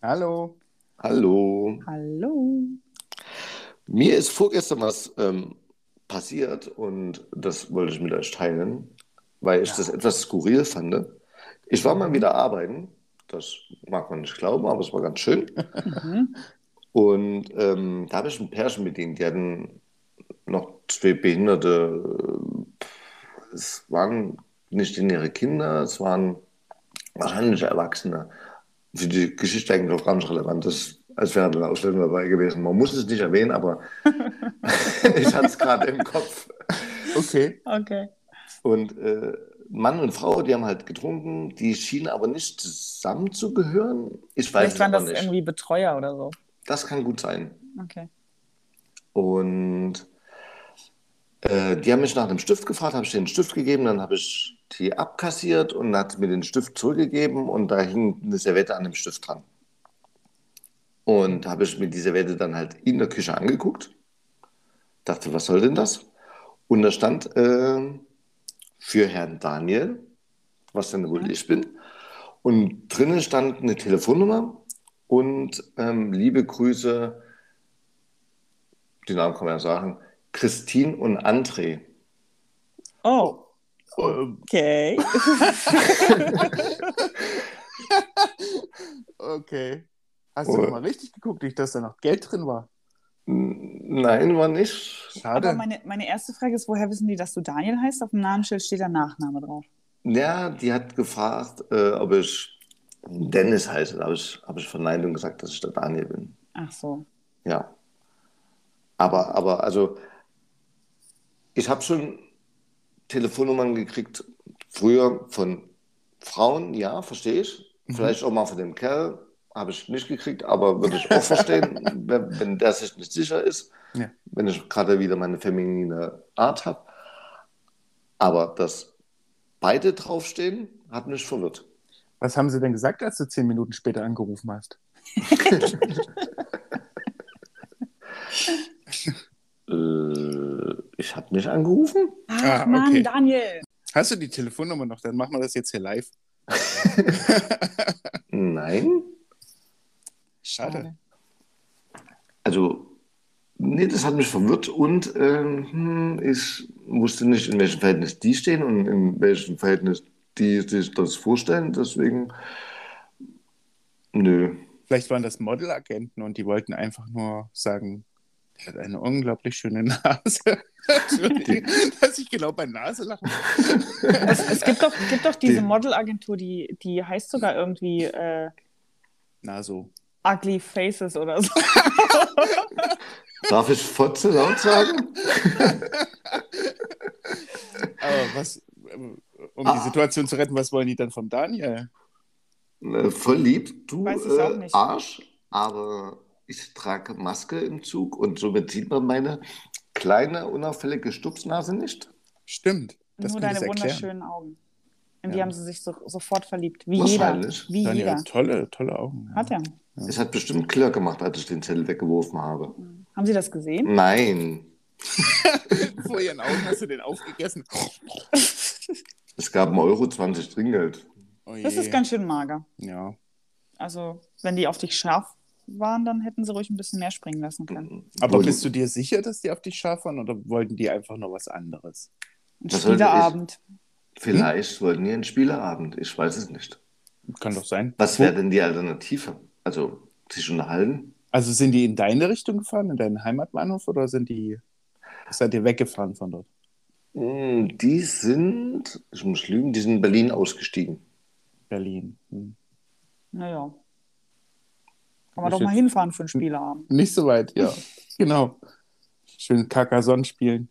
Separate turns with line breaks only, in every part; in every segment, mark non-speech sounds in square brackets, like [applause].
Hallo.
Hallo.
Hallo.
Mir ist vorgestern was ähm, passiert und das wollte ich mit euch teilen, weil ich das etwas skurril fand. Ich war mal wieder arbeiten, das mag man nicht glauben, aber es war ganz schön. und ähm, da habe ich ein Pärchen mit denen, die hatten noch zwei Behinderte. äh, Es waren nicht in ihre Kinder, es waren wahrscheinlich Erwachsene. Für die Geschichte eigentlich auch gar nicht relevant. Das, als wäre ein Ausländer dabei gewesen. Man muss es nicht erwähnen,
[laughs]
aber [laughs] ich hatte es gerade im Kopf.
Okay.
Okay.
Und äh, Mann und Frau, die haben halt getrunken, die schienen aber nicht zusammenzugehören. Ich weiß
Vielleicht
es
waren
aber
das
nicht.
irgendwie Betreuer oder so.
Das kann gut sein.
Okay.
Und äh, die haben mich nach einem Stift gefragt, habe ich denen einen Stift gegeben, dann habe ich die abkassiert und hat mir den Stift zurückgegeben und da hing eine Servette an dem Stift dran. Und habe ich mir die Servette dann halt in der Küche angeguckt, dachte, was soll denn das? Und da stand äh, für Herrn Daniel, was denn wohl ich bin. Und drinnen stand eine Telefonnummer und ähm, liebe Grüße die Namen kann man ja sagen, Christine und André.
Oh,
Ähm,
okay.
Okay. Hast
Oh.
du mal richtig geguckt, nicht, dass da noch Geld drin war?
Ähm, Nein, war nicht.
Aber
Schade.
meine, meine erste Frage ist, woher wissen die, dass du Daniel heißt? Auf dem Namensschild steht der Nachname drauf.
Ja, die hat gefragt, äh, ob ich Dennis heiße. Da habe ich, hab ich verneint und gesagt, dass ich der Daniel bin.
Ach so.
Ja. Aber, aber, also, ich habe schon Telefonnummern gekriegt, früher von Frauen, ja, verstehe ich. Vielleicht auch mal von dem Kerl, habe ich nicht gekriegt, aber würde ich auch verstehen, wenn, wenn der sich nicht sicher ist.
Ja.
Wenn ich gerade wieder meine feminine Art habe. Aber dass beide draufstehen, hat mich verwirrt.
Was haben sie denn gesagt, als du zehn Minuten später angerufen hast?
Äh, ich habe nicht angerufen.
Ach,
Ah,
Mann,
okay.
Daniel.
Hast du die Telefonnummer noch? Dann machen wir das jetzt hier live.
Nein.
Schade.
Also, nee, das hat mich verwirrt und ähm, hm, ich wusste nicht, in welchem Verhältnis die stehen und in welchem Verhältnis die sich das vorstellen. Deswegen, nö.
Vielleicht waren das Modelagenten und die wollten einfach nur sagen, der hat eine unglaublich schöne [laughs] Nase. [laughs] Entschuldigung, dass ich genau bei Nase lache.
Es, es gibt, doch, gibt doch diese
Den-
Modelagentur, die, die heißt sogar irgendwie äh,
Na so.
Ugly Faces oder so.
Darf ich Fotze laut
[laughs]
sagen?
Aber was, ähm, um
Ah.
die Situation zu retten, was wollen die dann vom Daniel?
Äh, Voll lieb, du
Weiß ich auch
äh,
nicht.
Arsch, aber ich trage Maske im Zug und somit sieht man meine kleine, unauffällige Stupsnase nicht.
Stimmt. Das
Nur
könnte
deine
es erklären.
wunderschönen Augen. In die
Ja.
haben sie sich so, sofort verliebt. Wie jeder.
Wahrscheinlich.
Wie
Daniel,
jeder.
tolle, tolle Augen. ja.
Hat er.
Es hat bestimmt Klirr gemacht, als ich den Zettel weggeworfen habe.
Haben sie das gesehen?
Nein.
[laughs] Vor ihren Augen hast du den aufgegessen.
Es gab 1,20 Euro 20 Trinkgeld.
Oh
Das
je.
ist ganz schön mager.
Ja.
Also, wenn die auf dich scharf waren, dann hätten sie ruhig ein bisschen mehr springen lassen können.
Aber
Und
bist du dir sicher, dass die auf dich scharf waren oder wollten die einfach nur was anderes?
Ein
Das sollte ich-
Spieleabend.
Vielleicht wollten die einen Spieleabend, ich weiß es nicht.
Kann doch sein.
Was wäre denn die Alternative? Also, sich unterhalten?
Also sind die in deine Richtung gefahren, in deinen Heimatbahnhof oder sind die, seid ihr weggefahren von dort?
Hm, Die sind, ich muss lügen, die sind in Berlin ausgestiegen.
Berlin. Hm.
Naja. Kann man
Ich
doch mal
jetzt-
hinfahren für einen Spieleabend.
Nicht so weit,
[laughs]
ja. genau. Schön Carcassonne spielen.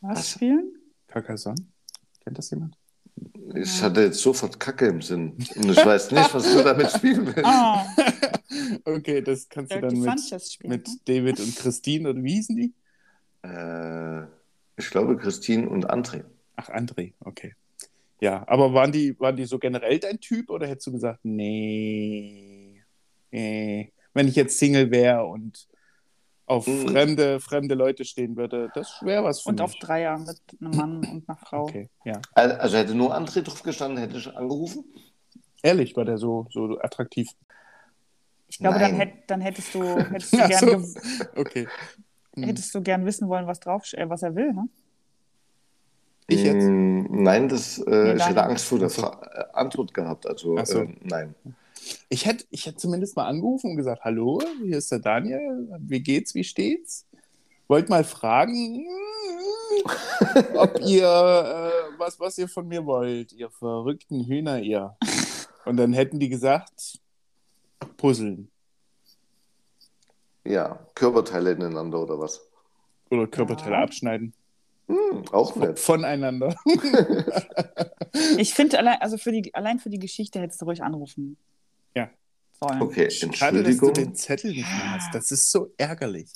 Was
Was?
[laughs]
spielen?
Carcassonne? Kennt das jemand? [laughs]
Ich hatte jetzt sofort Kacke im Sinn. Und ich weiß nicht, was du [laughs] damit spielen willst.
Ah,
Okay, das kannst du
Dirty
dann mit,
Sanchez spielen. ne?
mit David und Christine oder wie hießen die?
Äh, ich glaube, Christine und André.
Ach, André, okay. Ja, aber waren die, waren die so generell dein Typ oder hättest du gesagt, nee, nee. wenn ich jetzt Single wäre und auf
Mhm.
fremde, fremde Leute stehen würde, das wäre was für
Und
mich.
auf Dreier mit einem Mann und
[laughs]
einer Frau.
Okay, ja.
Also, also hätte nur André drauf gestanden, hätte ich angerufen.
Ehrlich, war der so, so attraktiv. [laughs]
Ich glaube, dann,
Nein.
hätt, dann hättest du, hättest du,
Ach
gern,
so.
ge-
Okay. Hm.
hättest du gern wissen wollen, was drauf, äh, was er will. Ne?
Ich jetzt?
Mm, Nein, das, äh, ich
dann-
hätte Angst vor der
Ach so.
Fra äh, Antwort gehabt. Also
Ach so.
ähm, nein.
Ich hätte ich hätt zumindest mal angerufen und gesagt, hallo, hier ist der Daniel, wie geht's, wie steht's? Wollt mal fragen, ob ihr, äh, was, was ihr von mir wollt, ihr verrückten Hühner, ihr. Und dann hätten die gesagt, puzzeln
Ja, Körperteile ineinander oder was?
oder Körperteile
Ja.
abschneiden.
Hm, auch nett.
Voneinander.
Ich finde, allein, also für die, allein für die Geschichte hättest du ruhig anrufen
Ja.
sollen.
Okay,
Schade, dass du den
Entschuldigung.
Zettel nicht mehr hast. Das ist so ärgerlich.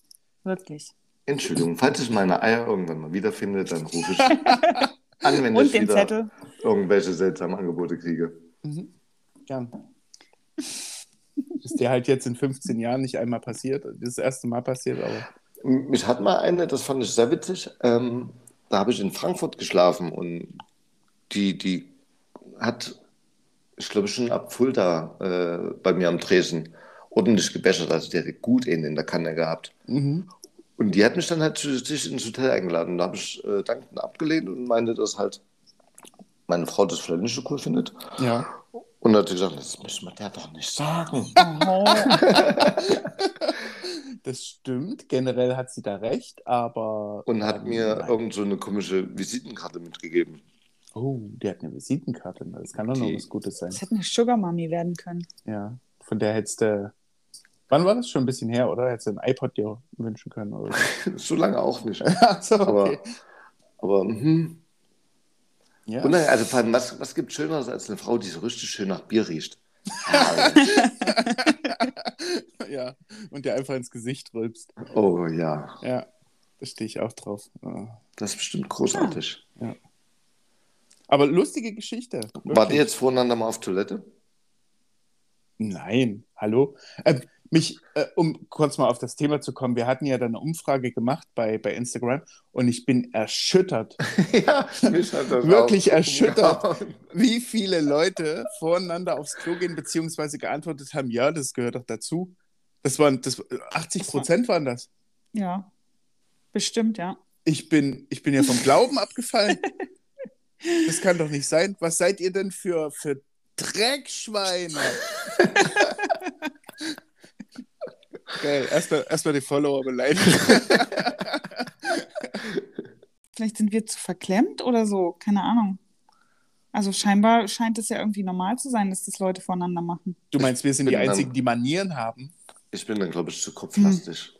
Wirklich.
Entschuldigung, falls ich meine Eier irgendwann mal wiederfinde, dann rufe [laughs] ich an, wenn
Und
ich
den
wieder
[laughs]
Zettel.
irgendwelche seltsamen Angebote kriege.
Mhm. Gern. Ist dir halt jetzt in 15 Jahren nicht einmal passiert, das erste Mal passiert, aber.
M- Mich hat mal eine, das fand ich sehr witzig, ähm, da habe ich in Frankfurt geschlafen und die, die hat, ich glaube, schon ab Fulda äh, bei mir am Tresen ordentlich gebechert, also die hatte gut einen in der Kanne gehabt.
Mhm.
Und die hat mich dann halt zu sich ins Hotel eingeladen. Da habe ich äh, dankend abgelehnt und meinte, dass halt meine Frau das vielleicht nicht so cool findet.
Ja.
Und dann hat sie gesagt, das müssen wir der doch nicht sagen.
Oh,
Das stimmt. Generell hat sie da recht, aber.
Und hat
ähm,
mir
nein.
irgend so eine komische Visitenkarte mitgegeben. [laughs]
Oh, die hat eine Visitenkarte. ne? Das kann doch noch
Die-
was Gutes sein.
das hätte eine Sugar Mami werden können.
Ja. Von der hättest du. Wann war das? Schon ein bisschen her, oder? Hättest du ein iPod dir wünschen können oder
[laughs]
so.
So lange auch nicht.
Ach so, [laughs]
Aber,
okay.
aber mhm.
Ja.
Und dann, also vor allem, was, was gibt Schöneres als eine Frau, die so richtig schön nach Bier riecht?
[laughs] [laughs] ja. Und dir einfach ins Gesicht rülpst.
oh ja,
Ja. Da stehe ich auch drauf. Ja.
das ist bestimmt großartig.
Aber lustige Geschichte.
Wart ihr
wirklich.
jetzt voreinander mal
[laughs]
auf Toilette?
Nein, hallo. Ähm, mich, äh, um kurz mal auf das Thema zu kommen, wir hatten ja dann eine Umfrage gemacht bei, bei Instagram und ich bin erschüttert,
ja, mich hat das
Wirklich
auch
erschüttert.
[laughs] umgehauen.
wie viele Leute voreinander aufs Klo gehen, beziehungsweise geantwortet haben, ja, das gehört doch dazu. Das waren das, 80 Prozent waren das.
Ja. Bestimmt, ja.
Ich bin, ich bin ja vom Glauben abgefallen. Das kann doch nicht sein. Was seid ihr denn für, für Dreckschweine? Geil, erstmal erst mal die Follower beleidigen.
Vielleicht sind wir zu verklemmt oder so, keine Ahnung. Also scheinbar scheint es ja irgendwie normal zu sein, dass das Leute voneinander machen.
Du meinst, wir sind die
Bin dann-
Einzigen, die Manieren haben?
Ich bin dann, glaube ich, zu kopflastig.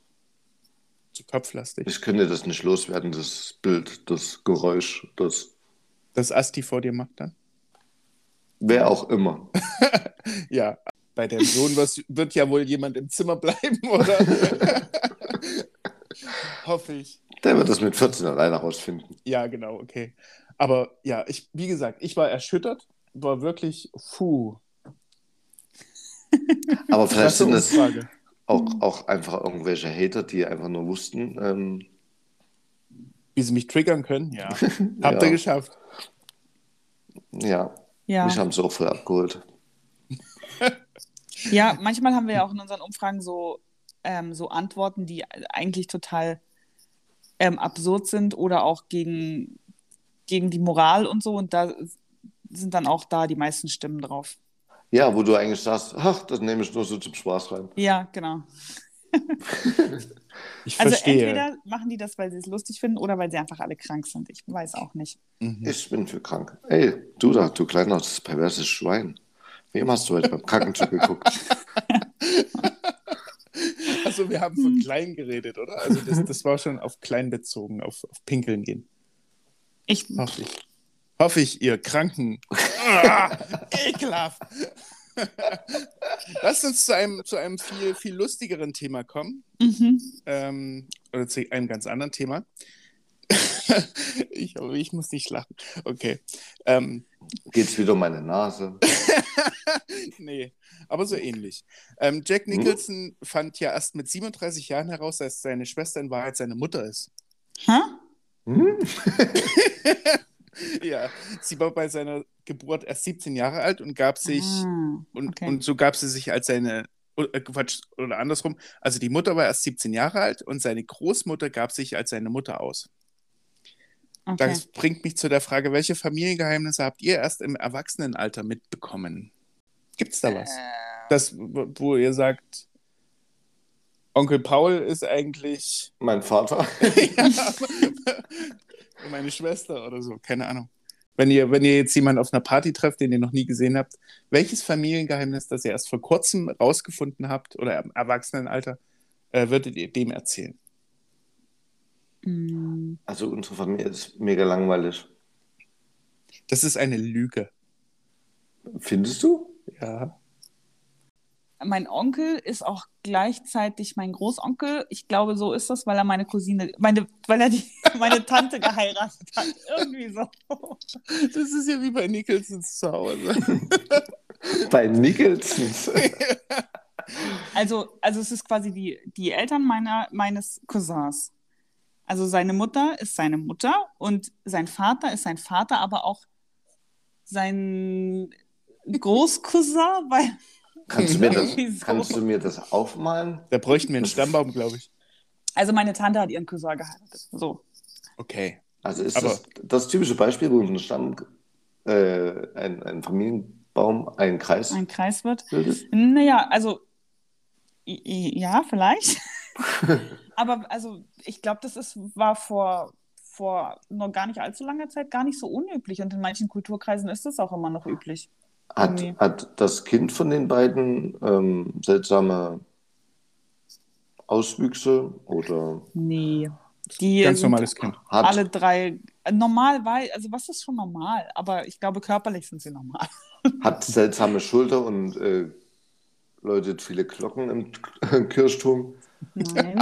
Zu kopflastig.
Ich könnte das nicht loswerden, das Bild, das Geräusch, das
Das Asti vor dir macht dann?
wer auch immer.
Ja. Bei deinem Sohn was, wird ja wohl jemand im Zimmer bleiben, oder? [laughs] Hoffe ich.
Der wird das mit 14 alleine rausfinden.
Ja, genau, okay. Aber ja, ich, wie gesagt, ich war erschüttert, war wirklich, puh,
Aber vielleicht
krasse
sind das
Umfrage.
auch, auch einfach irgendwelche Hater, die einfach nur wussten, ähm,
Wie sie mich triggern können, ja.
Ja.
[laughs] Habt ihr geschafft.
ja,
Ja.
mich haben sie auch voll abgeholt.
ja, manchmal haben wir ja auch in unseren Umfragen so, ähm, so Antworten, die eigentlich total ähm, absurd sind oder auch gegen, gegen die Moral und so. Und da sind dann auch da die meisten Stimmen drauf.
Ja, wo du eigentlich sagst, ach, das nehme ich nur so zum Spaß rein.
Ja, genau.
Ich
Also
verstehe.
entweder machen die das, weil sie es lustig finden oder weil sie einfach alle krank sind. Ich weiß auch nicht.
mhm.
Ich bin für krank. Ey, du da, du kleiner, das perverse Schwein. Wem hast du heute beim Kacken zugeguckt?
Also wir haben
Hm.
von klein geredet, oder? Also das, das war schon auf klein bezogen, auf, auf Pinkeln gehen.
Ich,
Hoffe ich. Hoffe ich, ihr Kranken. Ah, ekelhaft. Lasst uns zu einem, zu einem viel, viel lustigeren Thema kommen.
mhm.
Ähm, oder zu einem ganz anderen Thema. ich, aber ich muss nicht lachen. Okay. Ähm,
Geht's wieder um meine Nase?
nee, aber so ähnlich. Ähm, Jack Nicholson fand ja erst mit 37 Jahren heraus, dass seine Schwester in Wahrheit seine Mutter ist.
Hä?
Hm?
Ja, sie war bei seiner Geburt erst 17 Jahre alt und gab sich
Ah,
Und,
okay.
und so gab sie sich als seine oder, äh, Quatsch, oder andersrum, also die Mutter war erst 17 Jahre alt und seine Großmutter gab sich als seine Mutter aus.
Ah, Okay.
Das bringt mich zu der Frage, welche Familiengeheimnisse habt ihr erst im Erwachsenenalter mitbekommen? Gibt's da was?
Äh,
Das, wo wo ihr sagt, Onkel Paul ist eigentlich
Mein Vater.
ja, [laughs] meine Schwester oder so, keine Ahnung. Wenn ihr, wenn ihr jetzt jemanden auf einer Party trefft, den ihr noch nie gesehen habt, welches Familiengeheimnis, das ihr erst vor kurzem rausgefunden habt oder im Erwachsenenalter, äh, würdet ihr dem erzählen?
mh,
Also unsere Familie ist mega langweilig.
Das ist eine Lüge.
Findest du?
Ja.
mein Onkel ist auch gleichzeitig mein Großonkel. Ich glaube, so ist das, weil er meine Cousine, meine, weil er die, [laughs] meine Tante geheiratet hat. Irgendwie so.
Das ist ja wie bei Nicholsons zu Hause. [laughs]
Bei
[laughs]
Nicholsons.
Also, also es ist quasi die, die Eltern meiner, meines Cousins. Also seine Mutter ist seine Mutter und sein Vater ist sein Vater, aber auch sein Großcousin, weil
Kannst du mir
Irgendwie
das,
so.
kannst du mir das aufmalen?
Da bräuchten wir einen Stammbaum, glaube ich.
also meine Tante hat ihren Cousin geheiratet. So.
Okay.
Also ist
Aber-
das das typische Beispiel, wo ein Stamm, äh, ein, ein Familienbaum, ein Kreis
Ein Kreis wird.
bildet?
Naja, also i- i- ja,
[laughs]
vielleicht. Aber also ich glaube, das ist, war vor, vor noch gar nicht allzu langer Zeit gar nicht so unüblich. Und in manchen Kulturkreisen ist das auch immer noch üblich.
Hat,
Nee.
hat das Kind von den beiden ähm, seltsame Auswüchse oder
Nee. Die
Ganz
sind
normales Kind.
hat,
alle drei äh, normal, weil, also was ist schon normal? Aber ich glaube, körperlich sind sie normal.
hat seltsame Schulter und äh, läutet viele Glocken im K- [laughs] Kirchturm?
Nein.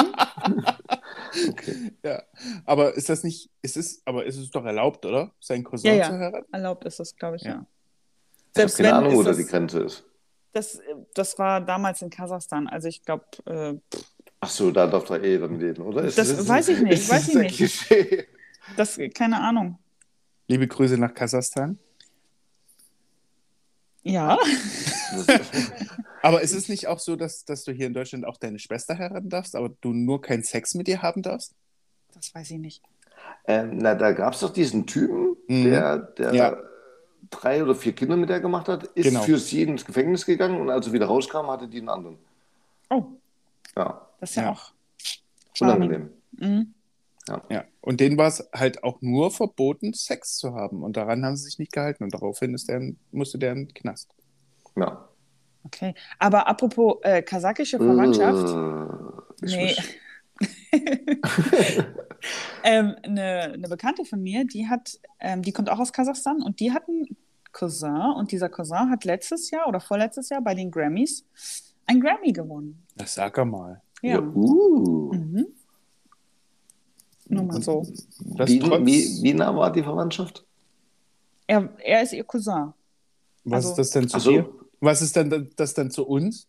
Okay.
Ja. Aber ist das nicht, ist es, aber ist es doch erlaubt, oder? Sein Cousin
Ja, ja.
zu heiraten?
[laughs] Erlaubt ist das, glaube ich,
Ja.
ja.
Ich habe
Selbst wenn
keine Ahnung,
ist
wo da
das-
die Grenze ist.
Das, äh, das war damals in Kasachstan. Also ich glaube, äh,
Ach so, da darf doch eh dann reden, oder? Ist
Das weiß ich nicht,
ist
weiß
das
ich
ein
nicht.
Klischee? [laughs]
das, keine Ahnung.
Liebe Grüße nach Kasachstan.
Ja.
Das,
Aber ist es nicht auch so, dass, dass du hier in Deutschland auch deine Schwester heiraten darfst, aber du nur keinen Sex mit ihr haben darfst?
Das weiß ich nicht.
Ähm, na, da gab es doch diesen Typen,
Mhm.
der, der
Ja.
drei oder vier Kinder mit der gemacht hat, ist
Genau.
für sie ins Gefängnis gegangen und als er wieder rauskam, hatte die einen anderen.
Oh,
Ja,
das ist ja,
Ja.
auch.
unangenehm.
Mhm.
Ja. Und denen war es halt auch nur verboten, Sex zu haben. Und daran haben sie sich nicht gehalten. Und daraufhin ist der, musste der in den Knast.
Ja.
Okay. Aber apropos äh, kasachische Verwandtschaft.
Äh, ich
nee.
nee.
[laughs] ähm, eine, eine Bekannte von mir, die hat, ähm, die kommt auch aus Kasachstan und die hat einen Cousin und dieser Cousin hat letztes Jahr oder vorletztes Jahr bei den Grammys einen Grammy gewonnen.
Na, sag er mal.
Ja.
Uh.
Mhm. Nur mal so.
Das
Wie,
trotz,
wie, wie nah war die Verwandtschaft?
Er, er ist ihr Cousin.
was
also-
ist das denn zu
Ach so.
dir? Was ist denn das dann zu uns?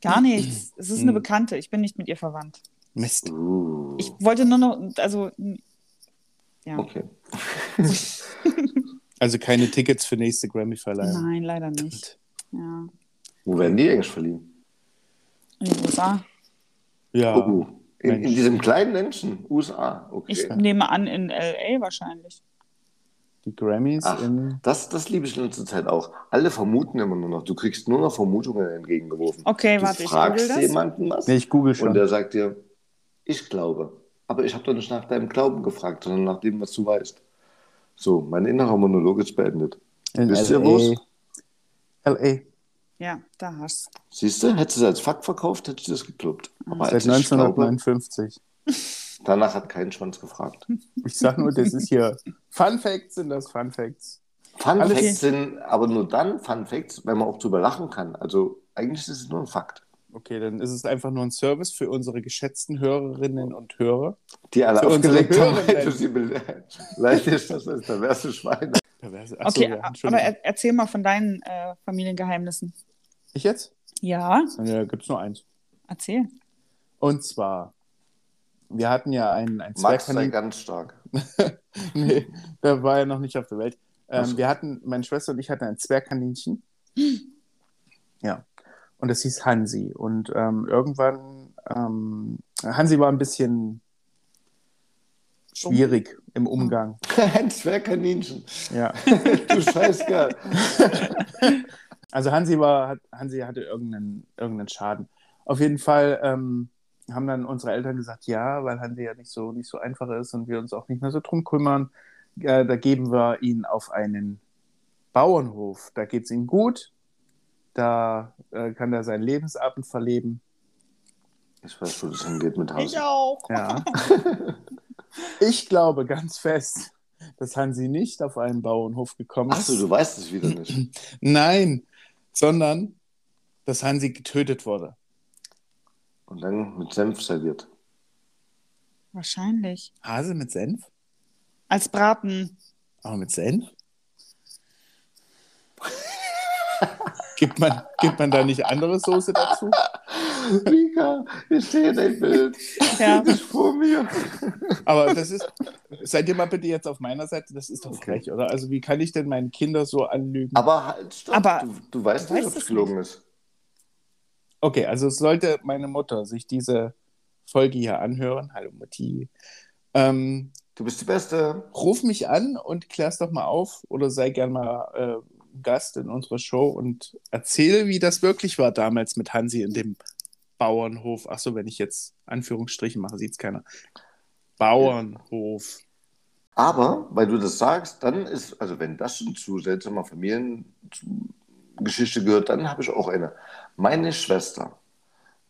Gar nichts. Es ist eine
Mhm.
Bekannte. Ich bin nicht mit ihr verwandt.
Mist.
Uh.
Ich wollte nur noch, also, ja.
Okay.
Also keine Tickets für nächste Grammy-Verleihung.
Nein, leider nicht. Ja.
Wo werden die eigentlich verliehen?
In den USA.
Ja.
Uh. In, in
Mensch.
diesem kleinen Menschen, USA. Okay.
Ich nehme an, in LA wahrscheinlich.
Die Grammys
Ach.
in.
Das, das liebe ich in letzter Zeit auch. Alle vermuten immer nur noch. Du kriegst nur noch Vermutungen entgegengeworfen.
Okay,
du
warte, ich google
fragst
das.
jemanden was
Nee, ich google schon.
und äh, der sagt dir, ich glaube. Aber ich habe doch nicht nach deinem Glauben gefragt, sondern nach dem, was du weißt. So, mein innerer Monolog ist beendet.
in
wisst ihr wo's?
LA.
Ja, da hast du
Siehst du, hättest du es als Fakt verkauft, hättest du es geklappt.
Mhm.
Aber als
Seit
ich glaube,
1959.
danach hat kein Schwanz gefragt.
Hm.
Ich sag nur, das ist
[laughs]
hier. Fun Facts sind das Fun Facts.
Fun
Alles-
Facts sind aber nur dann Fun Facts, wenn man auch drüber lachen kann. Also eigentlich ist es nur ein Fakt.
Okay, dann ist es einfach nur ein Service für unsere geschätzten Hörerinnen und Hörer.
Die alle
Für unsere
aufgelegt haben, weil du
Hörenden.
sie [laughs] beleidigt hast als perverse Schweine.
Perverse. Ach so,
Okay,
ja,
aber
Entschuldigung.
er, erzähl mal von deinen äh, Familiengeheimnissen.
ich jetzt?
Ja,
Ja, gibt's nur eins.
erzähl.
Und zwar, wir hatten ja einen, einen
Max sei
Zwergkaninchen-
ganz stark.
[laughs]
[laughs]
nee, der war ja noch nicht auf der Welt.
Ach
Ähm,
so.
Hm.
wir hatten, meine Schwester und ich hatten ein Zwergkaninchen. Ja. Und das hieß Hansi. Und ähm, irgendwann, ähm, Hansi war ein bisschen
Um-
schwierig im Umgang.
Ein Zwergkaninchen.
Ja.
Du Scheißkerl.
Also Hansi war, hat, Hansi hatte irgendeinen, irgendeinen Schaden. Auf jeden Fall ähm, haben dann unsere Eltern gesagt, ja, weil Hansi ja nicht so nicht so einfach ist und wir uns auch nicht mehr so drum kümmern, äh, da geben wir ihn auf einen Bauernhof. Da geht es ihm gut. Da äh, kann er seinen Lebensabend verleben.
Ich weiß, wo das hingeht mit
Ich
Hause.
auch.
Ja. ich glaube ganz fest, dass Hansi nicht auf einen Bauernhof gekommen ist.
Achso, du weißt es wieder nicht.
Nein, sondern dass Hansi getötet wurde.
Und dann mit Senf serviert.
Wahrscheinlich.
Hase mit Senf?
Als Braten.
Aber mit Senf? [laughs] gibt, man, gibt man da nicht andere Soße dazu?
Mika, ich sehe dein Bild.
[laughs] Ja.
Ich vor mir.
Aber das ist, seid ihr mal bitte jetzt auf meiner Seite, das ist doch
Okay.
frech, oder? Also wie kann ich denn meinen Kindern so anlügen?
Aber halt, stopp.
Aber-
du, du weißt
Du
nicht,
weißt
ob es
es
gelogen ist.
Okay, also sollte meine Mutter sich diese Folge hier anhören, hallo Mutti, ähm,
Du bist die Beste.
ruf mich an und klär's doch mal auf oder sei gern mal äh, Gast in unserer Show und erzähl, wie das wirklich war damals mit Hansi in dem Bauernhof. Achso, wenn ich jetzt Anführungsstriche mache, sieht's keiner. Bauernhof.
Aber, weil du das sagst, dann ist, also wenn das schon zu seltsamer Familiengeschichte gehört, dann habe ich auch eine. Meine Schwester,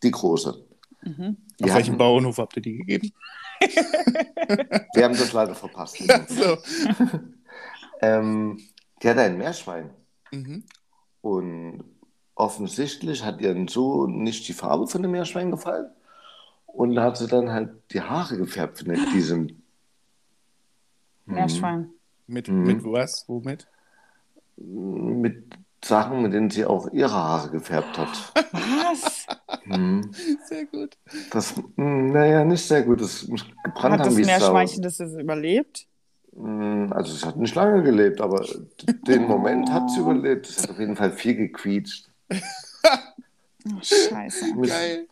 die Große,
Mhm.
die
Auf welchen
hatten-
Bauernhof habt ihr die gegeben?
wir haben das leider verpasst.
So.
ähm, die hatte ein Meerschwein.
Mhm.
Und offensichtlich hat ihr so nicht die Farbe von dem Meerschwein gefallen. Und hat sie dann halt die Haare gefärbt von dem- diesem.
Meerschwein.
Mit,
Mhm.
mit was? Womit?
Mhm. Mit Sachen, mit denen sie auch ihre Haare gefärbt
[laughs]
hat.
Was?
Mhm.
Sehr gut.
Das, mh, naja, nicht sehr gut. Das muss gebrannt
Hat
haben
das
wie Sau.
Meerschweinchen das jetzt überlebt?
Mh, Also es hat nicht lange gelebt, aber den Moment hat sie überlebt. Es hat auf jeden Fall viel gequietscht.
Oh, scheiße.
Müssen,
Geil.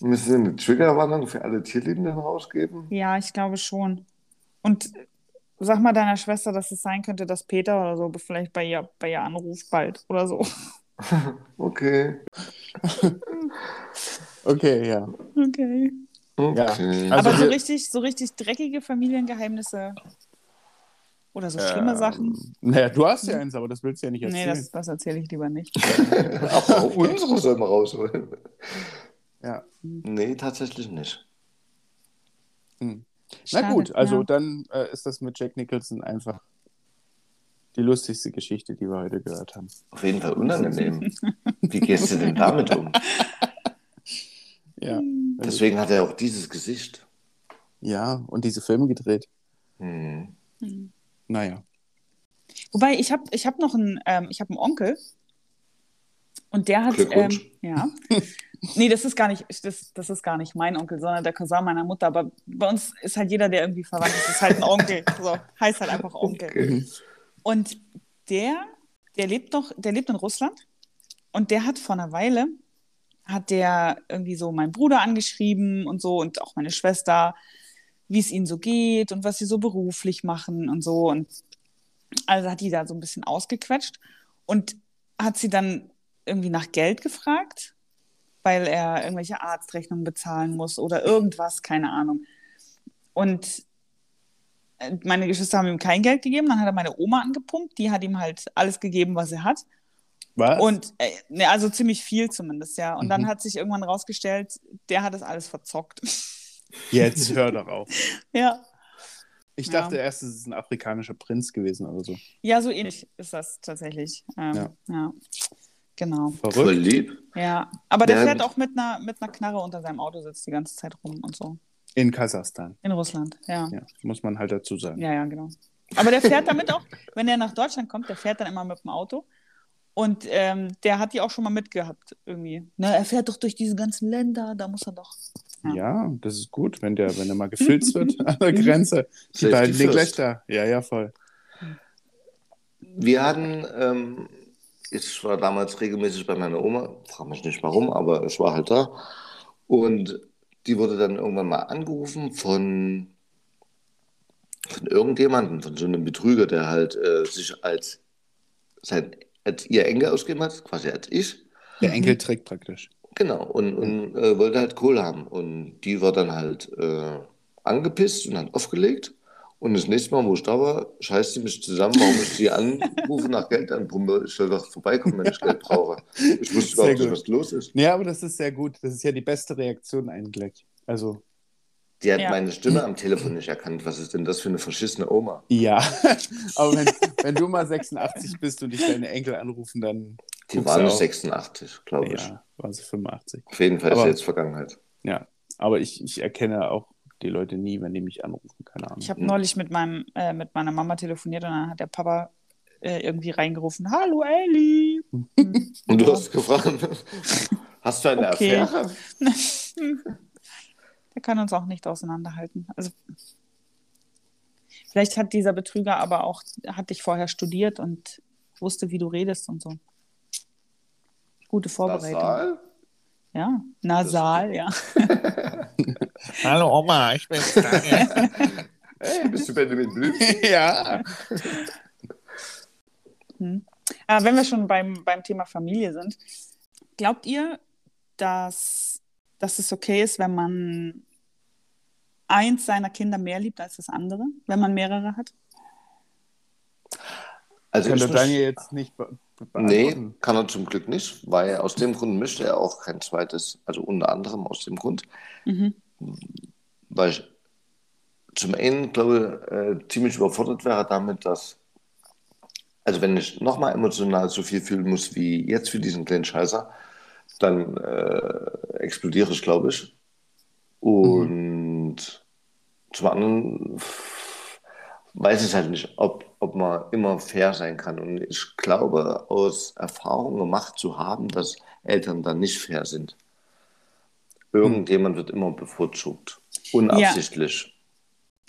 müssen wir eine Triggerwarnung für alle Tierliebenden rausgeben?
Ja, ich glaube schon. Und äh, sag mal deiner Schwester, dass es sein könnte, dass Peter oder so vielleicht bei ihr, bei ihr anruft bald oder so. [laughs]
Okay.
Okay, ja.
Okay.
okay.
Also
Aber so
wir-
richtig, so richtig dreckige Familiengeheimnisse oder so schlimme
Ähm,
Sachen.
Naja, du hast ja eins, aber das willst du ja nicht
Nee,
erzählen.
das, das erzähle ich lieber nicht.
[laughs] Aber auch unsere sollen wir rausholen.
ja.
Nee, tatsächlich nicht.
Hm. Na
Schade,
gut, also
ja.
dann äh, ist das mit Jack Nicholson einfach die lustigste Geschichte, die wir heute gehört haben.
Auf jeden Fall unangenehm. Wie gehst du denn damit um?
Ja,
Deswegen hat er auch dieses Gesicht.
ja und diese Filme gedreht.
Hm.
Naja.
Wobei, ich habe ich hab noch einen, ähm, ich habe einen Onkel und der hat, ähm,
Glückwunsch.
[laughs]
ja, nee, das ist gar nicht, das, das ist gar nicht mein Onkel, sondern der Cousin meiner Mutter, aber bei uns ist halt jeder, der irgendwie verwandt ist, ist halt ein Onkel, so, heißt
[laughs]
halt einfach Onkel.
Okay.
Und der, der lebt noch, der lebt in Russland und der hat vor einer Weile, hat der irgendwie so meinen Bruder angeschrieben und so und auch meine Schwester, wie es ihnen so geht und was sie so beruflich machen und so. Und also hat die da so ein bisschen ausgequetscht und hat sie dann irgendwie nach Geld gefragt, weil er irgendwelche Arztrechnungen bezahlen muss oder irgendwas, keine Ahnung. Und äh, meine Geschwister haben ihm kein Geld gegeben, dann hat er meine Oma angepumpt, die hat ihm halt alles gegeben, was er hat.
Was?
Und äh, ne, also ziemlich viel zumindest, ja. Und
Mhm.
dann hat sich irgendwann rausgestellt, der hat das alles verzockt.
[laughs]
[laughs]
Jetzt [laughs] hör doch auf.
ja.
Ich
Ja.
dachte erst, es ist ein afrikanischer Prinz gewesen oder so.
Ja, so ähnlich ist das tatsächlich. Ähm,
Ja.
ja. Genau.
Voll
Verrückt.
lieb.
Ja. Aber der
Ja,
fährt
mit-
auch mit einer, mit einer Knarre unter seinem Auto, sitzt die ganze Zeit rum und so.
In Kasachstan.
In Russland, ja.
Ja, muss man halt dazu sagen.
Ja, ja, genau. Aber der fährt damit auch, wenn er nach Deutschland kommt, der fährt dann immer mit dem Auto. Und ähm, der hat die auch schon mal mitgehabt, irgendwie. Na, er fährt doch durch diese ganzen Länder, da muss er doch.
Ja,
Ja.
das ist gut, wenn der, wenn der mal gefilzt wird an
[laughs]
der Grenze. Die
Safety
beiden sind
first.
gleich da. Ja, ja, voll.
Wir hatten ähm, ich war damals regelmäßig bei meiner Oma, frag mich nicht warum, aber ich war halt da. Und die wurde dann irgendwann mal angerufen von, von irgendjemandem, von so einem Betrüger, der halt äh, sich als, sein, als ihr Enkel ausgegeben hat, quasi als ich.
Der
[laughs]
Enkeltrick praktisch.
Genau, und, und äh, wollte halt Kohle haben. Und die war dann halt äh, angepisst und hat aufgelegt. Und das nächste Mal, wo ich da war, scheißt sie mich zusammen, warum ich sie anrufe nach Geld anpumpe. Ich soll doch vorbeikommen, wenn ich Geld brauche. Ich wusste
Sehr
überhaupt nicht,
gut.
was los ist.
Ja, aber das ist sehr gut. Das ist ja die beste Reaktion eigentlich. Also,
Die hat
Ja.
meine Stimme am Telefon nicht erkannt. Was ist denn das für eine verschissene Oma?
[laughs] ja. aber wenn, wenn du mal 86 bist und dich deine Enkel anrufen, dann.
Die
guckst
war
du
nicht
auch.
86, glaube ich.
Ja, waren sie 85.
Auf jeden Fall ist
Aber-
sie jetzt Vergangenheit.
Ja, aber ich, ich erkenne auch die Leute nie, wenn die mich anrufen. Keine Ahnung.
Ich habe neulich mit, meinem, äh, mit meiner Mama telefoniert und dann hat der Papa äh, irgendwie reingerufen: Hallo Ellie!
Und du
Ja.
hast gefragt, [laughs] hast du eine
Okay.
Affäre?
[laughs] Der kann uns auch nicht auseinanderhalten. Also, vielleicht hat dieser Betrüger aber auch, hat dich vorher studiert und wusste, wie du redest und so. Gute Vorbereitung.
Nasal?
Ja, nasal, ja.
Hallo Oma, ich bin Daniel.
Hey, bist du Benjamin Blüm?
[laughs] ja.
Hm. Äh, wenn wir schon beim, beim Thema Familie sind, glaubt ihr, dass, dass es okay ist, wenn man eins seiner Kinder mehr liebt als das andere, wenn man mehrere hat?
Also
Kann
ich
der
muss-
Daniel jetzt nicht be be-
Nee,
beantworten?
kann er zum Glück nicht, weil aus dem Grund möchte er auch kein zweites, also unter anderem aus dem Grund,
Mhm.
weil ich zum einen, glaube äh, ziemlich überfordert wäre damit, dass, also wenn ich nochmal emotional so viel fühlen muss wie jetzt für diesen kleinen Scheißer, dann äh, explodiere ich, glaube ich. Und zum anderen pff, weiß ich halt nicht, ob, ob man immer fair sein kann. Und ich glaube, aus Erfahrung gemacht zu haben, dass Eltern dann nicht fair sind. Irgendjemand wird immer bevorzugt. Unabsichtlich.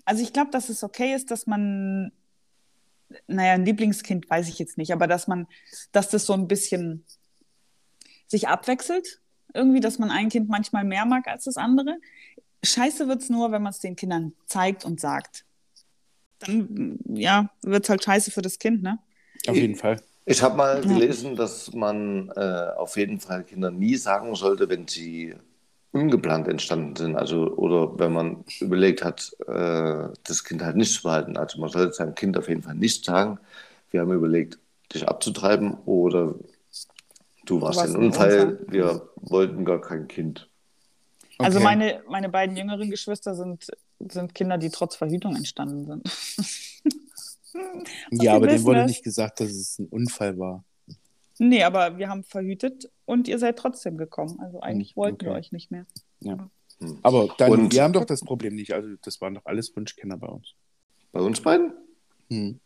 Also ich glaube, dass es okay ist, dass man, naja, ein Lieblingskind weiß ich jetzt nicht, aber dass man, dass das so ein bisschen sich abwechselt. Irgendwie, dass man ein Kind manchmal mehr mag als das andere. Scheiße wird es nur, wenn man es den Kindern zeigt und sagt. Dann, ja, wird es halt scheiße für das Kind, ne?
Auf jeden Fall.
Ich habe mal
Ja.
gelesen, dass man äh, auf jeden Fall Kindern nie sagen sollte, wenn sie ungeplant entstanden sind, also oder wenn man überlegt hat, äh, das Kind halt nicht zu behalten. Also man sollte seinem Kind auf jeden Fall nicht sagen, wir haben überlegt, dich abzutreiben oder du warst ein
warst ein
Unfall,
Unfall.
wir wollten gar kein Kind.
Also
Okay.
meine, meine beiden jüngeren Geschwister sind, sind Kinder, die trotz Verhütung entstanden sind.
Ja,
Sie
aber dem
wissen
wurde
es.
nicht gesagt, dass es ein Unfall war.
Nee, aber wir haben verhütet und ihr seid trotzdem gekommen. Also eigentlich
Hm,
wollten wir
okay.
euch nicht mehr.
Aber Daniel,
Und-
wir haben doch das Problem nicht. Also, das waren doch alles Wunschkinder bei uns.
Bei uns beiden?
[laughs] Hm.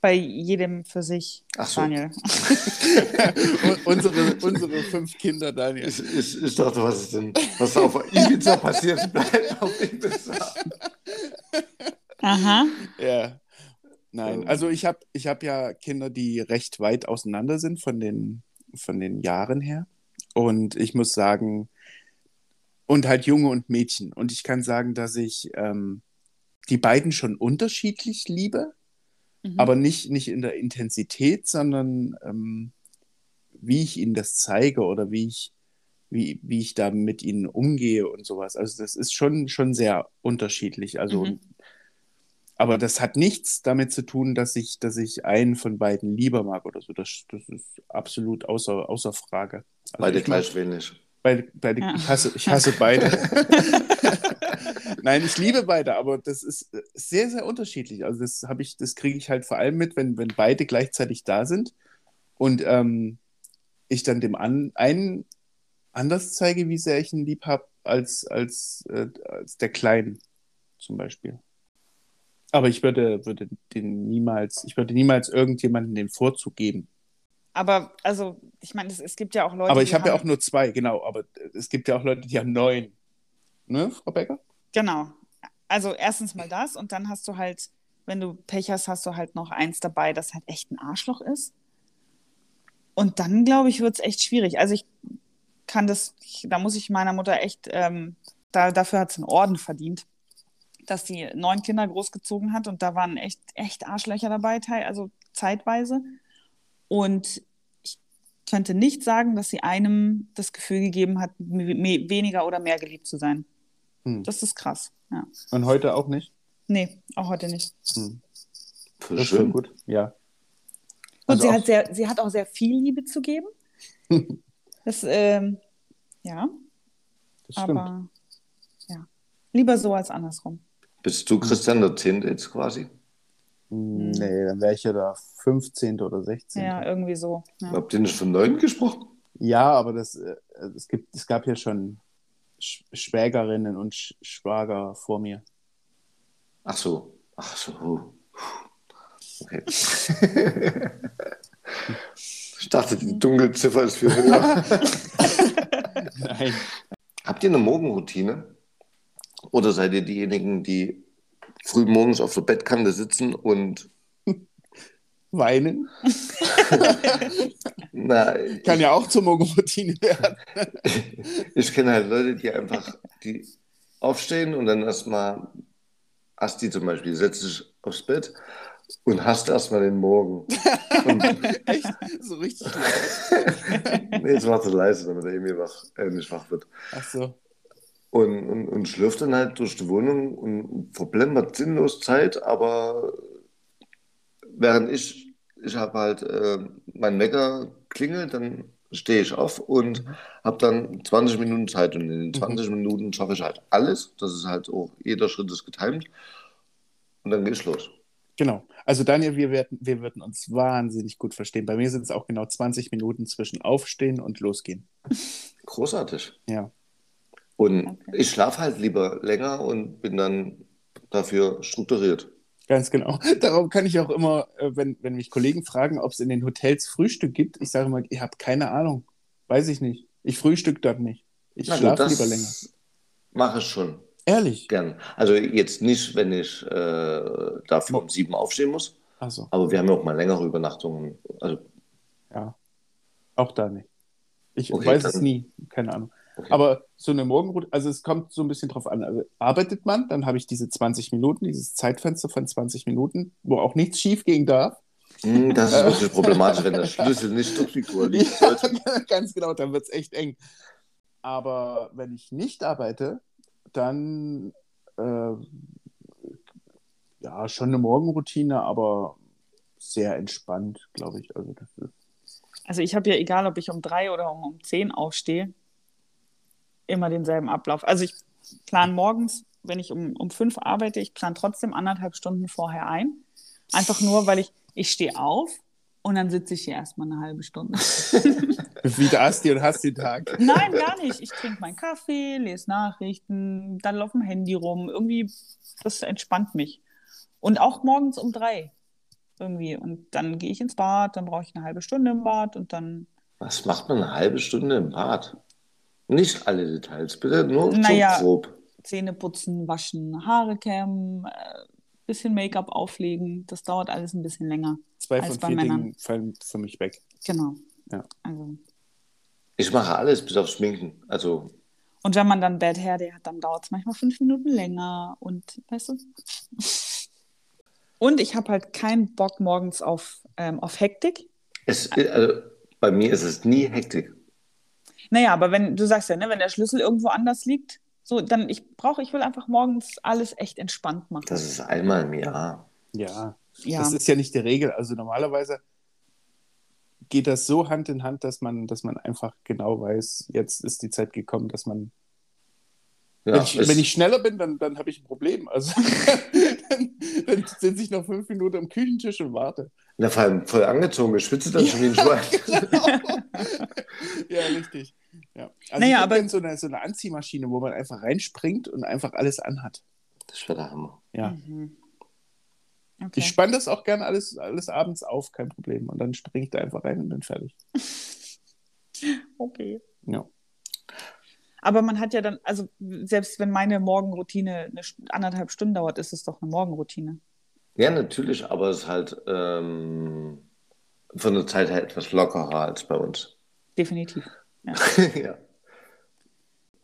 Bei jedem für sich,
Ach so.
Daniel.
unsere, unsere fünf Kinder, Daniel.
Ich, ich, ich dachte, was ist denn, was auf Ibiza passiert, bleibt auf Ibiza.
Aha.
[laughs] Ja. Nein,
Ähm.
also ich habe ich hab ja Kinder, die recht weit auseinander sind von den, von den Jahren her. Und ich muss sagen, und halt Junge und Mädchen. Und ich kann sagen, dass ich ähm, die beiden schon unterschiedlich liebe,
Mhm.
aber nicht, nicht in der Intensität, sondern ähm, wie ich ihnen das zeige oder wie ich, wie, wie ich da mit ihnen umgehe und sowas. Also das ist schon, schon sehr unterschiedlich. Also,
Mhm.
aber das hat nichts damit zu tun, dass ich, dass ich einen von beiden lieber mag oder so. Das, das ist absolut außer, außer Frage. Also
Beide
ich mag-
gleich wenig.
Beide, beide,
Ja.
ich, hasse, ich hasse beide. Nein, ich liebe beide, aber das ist äh, sehr, sehr unterschiedlich. Also das habe ich, das kriege ich halt vor allem mit, wenn, wenn beide gleichzeitig da sind und ähm, ich dann dem an, einen anders zeige, wie sehr ich ihn lieb habe, als, als, äh, als der Kleinen zum Beispiel. Aber ich würde, würde den niemals, ich würde niemals irgendjemandem den Vorzug geben.
Aber also, ich meine, es, es gibt ja auch Leute,
Aber ich
die
habe ja auch
haben-
nur zwei, genau. Aber es gibt ja auch Leute, die haben neun. Ne, Frau Becker?
Genau. Also erstens mal das und dann hast du halt, wenn du Pech hast, hast du halt noch eins dabei, das halt echt ein Arschloch ist. Und dann, glaube ich, wird es echt schwierig. Also ich kann das, ich, da muss ich meiner Mutter echt, ähm, da, dafür hat sie einen Orden verdient, dass sie neun Kinder großgezogen hat und da waren echt, echt Arschlöcher dabei, teil- also zeitweise. Und ich könnte nicht sagen, dass sie einem das Gefühl gegeben hat, me- me- weniger oder mehr geliebt zu sein.
Hm.
Das ist krass. Ja.
Und heute auch nicht?
Nee, auch heute nicht.
Hm.
Voll
Das ist schon
schön.
gut. Ja. Also
Und sie,
auch-
hat sehr, sie hat auch sehr viel Liebe zu
[laughs]
geben. das, ähm, ja,
Das stimmt.
aber ja. Lieber so als andersrum.
Bist du Christian der Zehnte jetzt quasi?
Hm, Nee, dann wäre ich ja da 15. oder 16.
Ja, irgendwie so. Ja.
Habt ihr nicht von neun gesprochen?
Ja, aber das, äh, es, gibt, es gab ja schon Sch Schwägerinnen und Sch Schwager vor mir.
Ach so. Ach so. [laughs] Okay. ich dachte, die dunkle Ziffer ist viel [laughs] höher.
Nein.
Habt ihr eine Morgenroutine? Oder seid ihr diejenigen, die früh morgens auf der Bettkante sitzen und
Weinen
na,
kann ja auch zur Morgenroutine werden. [laughs]
[laughs] ich kenne halt Leute, die einfach die aufstehen und dann erstmal Asti zum Beispiel setzt sich aufs Bett und hasst erstmal den Morgen. Und,
Echt? So richtig.
nee, es war zu leise, damit er irgendwie wach, äh, nicht wach wird.
Ach so.
Und, und, und schlürft dann halt durch die Wohnung und verplempert sinnlos Zeit, aber während ich, ich habe halt äh, meinen Wecker klingelt, dann stehe ich auf und
Mhm.
habe dann 20 Minuten Zeit. Und in den 20 Minuten schaffe ich halt alles. Das ist halt auch, jeder Schritt ist getimed. Und dann gehe ich los.
Genau. Also Daniel, wir werden, wir würden uns wahnsinnig gut verstehen. Bei mir sind es auch genau 20 Minuten zwischen Aufstehen und Losgehen.
Großartig.
Ja.
Und
Okay.
ich schlafe halt lieber länger und bin dann dafür strukturiert.
Ganz genau. [laughs] Darum kann ich auch immer, äh, wenn, wenn mich Kollegen fragen, ob es in den Hotels Frühstück gibt, ich sage immer, ich habe keine Ahnung. Weiß ich nicht. Ich frühstück dort nicht. Ich
Na gut,
schlafe
Also das
lieber länger.
Mache ich schon.
Ehrlich.
Gern. Also jetzt nicht, wenn ich äh, dafür
Hm.
um sieben aufstehen muss,
Also,
aber wir haben ja auch mal längere Übernachtungen. Also,
[laughs] ja. Auch da nicht. Ich
Okay,
weiß
dann-
es nie. Keine Ahnung.
okay.
Aber so eine Morgenroute, also es kommt so ein bisschen drauf an. Also arbeitet man, dann habe ich diese 20 Minuten, dieses Zeitfenster von 20 Minuten, wo auch nichts schief gehen darf.
Hm, das ist wirklich problematisch, wenn der Schlüssel nicht auf die
[laughs]
Uhr liegt. sollte.
Ganz genau, dann wird es echt eng. Aber wenn ich nicht arbeite, dann äh, ja, schon eine Morgenroutine, aber sehr entspannt, glaube ich. Also das ist,
Also ich habe ja, egal ob ich um drei oder um, um zehn aufstehe, immer denselben Ablauf. Also ich plane morgens, wenn ich um, um fünf arbeite, ich plane trotzdem anderthalb Stunden vorher ein. Einfach nur, weil ich, ich stehe auf und dann sitze ich hier erstmal eine halbe
[laughs]
Stunde.
wie du hast die und hast den Tag.
Nein, gar nicht. Ich trinke meinen Kaffee, lese Nachrichten, dann laufe dem Handy rum. Irgendwie, das entspannt mich. Und auch morgens um drei. Irgendwie. Und dann gehe ich ins Bad, dann brauche ich eine halbe Stunde im Bad und dann.
Was macht man eine halbe Stunde im Bad? Nicht alle Details, bitte, nur
Naja.
so grob.
Zähne putzen, waschen, Haare kämmen, äh, bisschen Make-up auflegen. Das dauert alles ein bisschen länger.
Zwei
Als
von
bei
vier
Männern.
Dingen fallen für mich weg.
Genau.
Ja.
Also.
Ich mache alles bis auf Schminken. Also,
Und wenn man dann Bad Hair Day hat, dann dauert es manchmal fünf Minuten länger und weißt du. Und ich habe halt keinen Bock morgens auf, ähm, auf Hektik.
es, also bei mir ist es nie Hektik.
Naja, aber wenn du sagst ja, ne, wenn der Schlüssel irgendwo anders liegt, so dann ich brauche, ich will einfach morgens alles echt entspannt machen.
Das ist einmal im Jahr.
Ja,
ja.
das ist ja nicht die Regel. Also normalerweise geht das so Hand in Hand, dass man, dass man einfach genau weiß, jetzt ist die Zeit gekommen, dass man
Ja,
wenn, ich,
es-
wenn ich schneller bin, dann, dann habe ich ein Problem. Also [laughs] dann, dann sitze ich noch fünf Minuten am Küchentisch und warte.
na, vor allem voll angezogen, ich schwitze dann schon wie ein Schwein.
[laughs] ja, richtig. Ja. Also
Naja,
ich hab
aber-
gern so eine, so eine Anziehmaschine, wo man einfach reinspringt und einfach alles anhat.
Das wäre der Hammer.
Ja.
Mhm.
Ich
Okay.
spanne das auch gerne alles, alles abends auf, kein Problem. Und dann springe ich da einfach rein und bin fertig.
okay.
Ja.
Aber man hat ja dann, also selbst wenn meine Morgenroutine eine St- anderthalb Stunden dauert, ist es doch eine Morgenroutine.
Ja, natürlich, aber es ist halt ähm, von der Zeit her etwas lockerer als
[laughs]
bei uns.
Definitiv.
ja.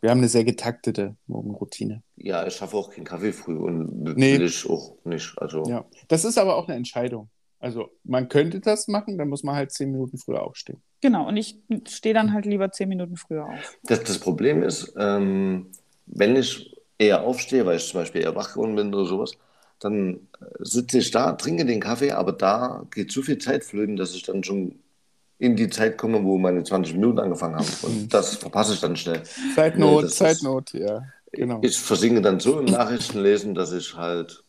Wir haben eine sehr getaktete Morgenroutine.
ja, ich schaffe auch keinen Kaffee früh und will
Nee.
ich auch nicht. Also,
Ja. Das ist aber auch eine Entscheidung. Also man könnte das machen, dann muss man halt zehn Minuten früher aufstehen.
Genau, und ich stehe
Hm.
dann halt lieber zehn Minuten früher auf.
das, das Problem ist, ähm, wenn ich eher aufstehe, weil ich zum Beispiel eher wach geworden bin oder sowas, dann äh, sitze ich da, trinke den Kaffee, aber da geht so viel Zeit flöten, dass ich dann schon in die Zeit komme, wo meine 20 Minuten angefangen haben.
Mhm.
Und das verpasse ich dann schnell.
Zeitnot,
Nee, das ist-
Zeitnot, ja. Genau.
Ich versinke dann so im Nachrichtenlesen, dass ich halt.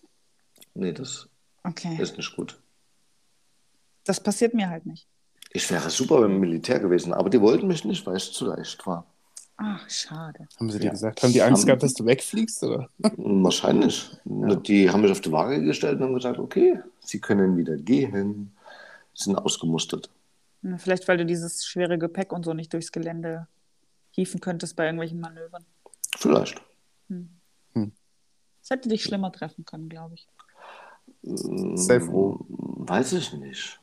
Nee, das
Okay.
ist nicht gut.
Das passiert mir halt nicht.
Ich wäre super beim Militär gewesen, aber die wollten mich nicht, weil ich zu leicht war. [laughs]
Ach, schade.
Haben sie dir
Ja.
gesagt? Haben die Angst
Haben-
gehabt, dass du wegfliegst? Oder?
Wahrscheinlich. Die haben mich auf die Waage gestellt und haben gesagt, okay, sie können wieder gehen. Sind ausgemustert.
Na, Vielleicht, weil du dieses schwere Gepäck und so nicht durchs Gelände hieven könntest bei irgendwelchen Manövern.
Vielleicht.
Hm.
Das hätte dich schlimmer treffen können, glaube ich.
Sei froh.
Hm, Weiß ich nicht.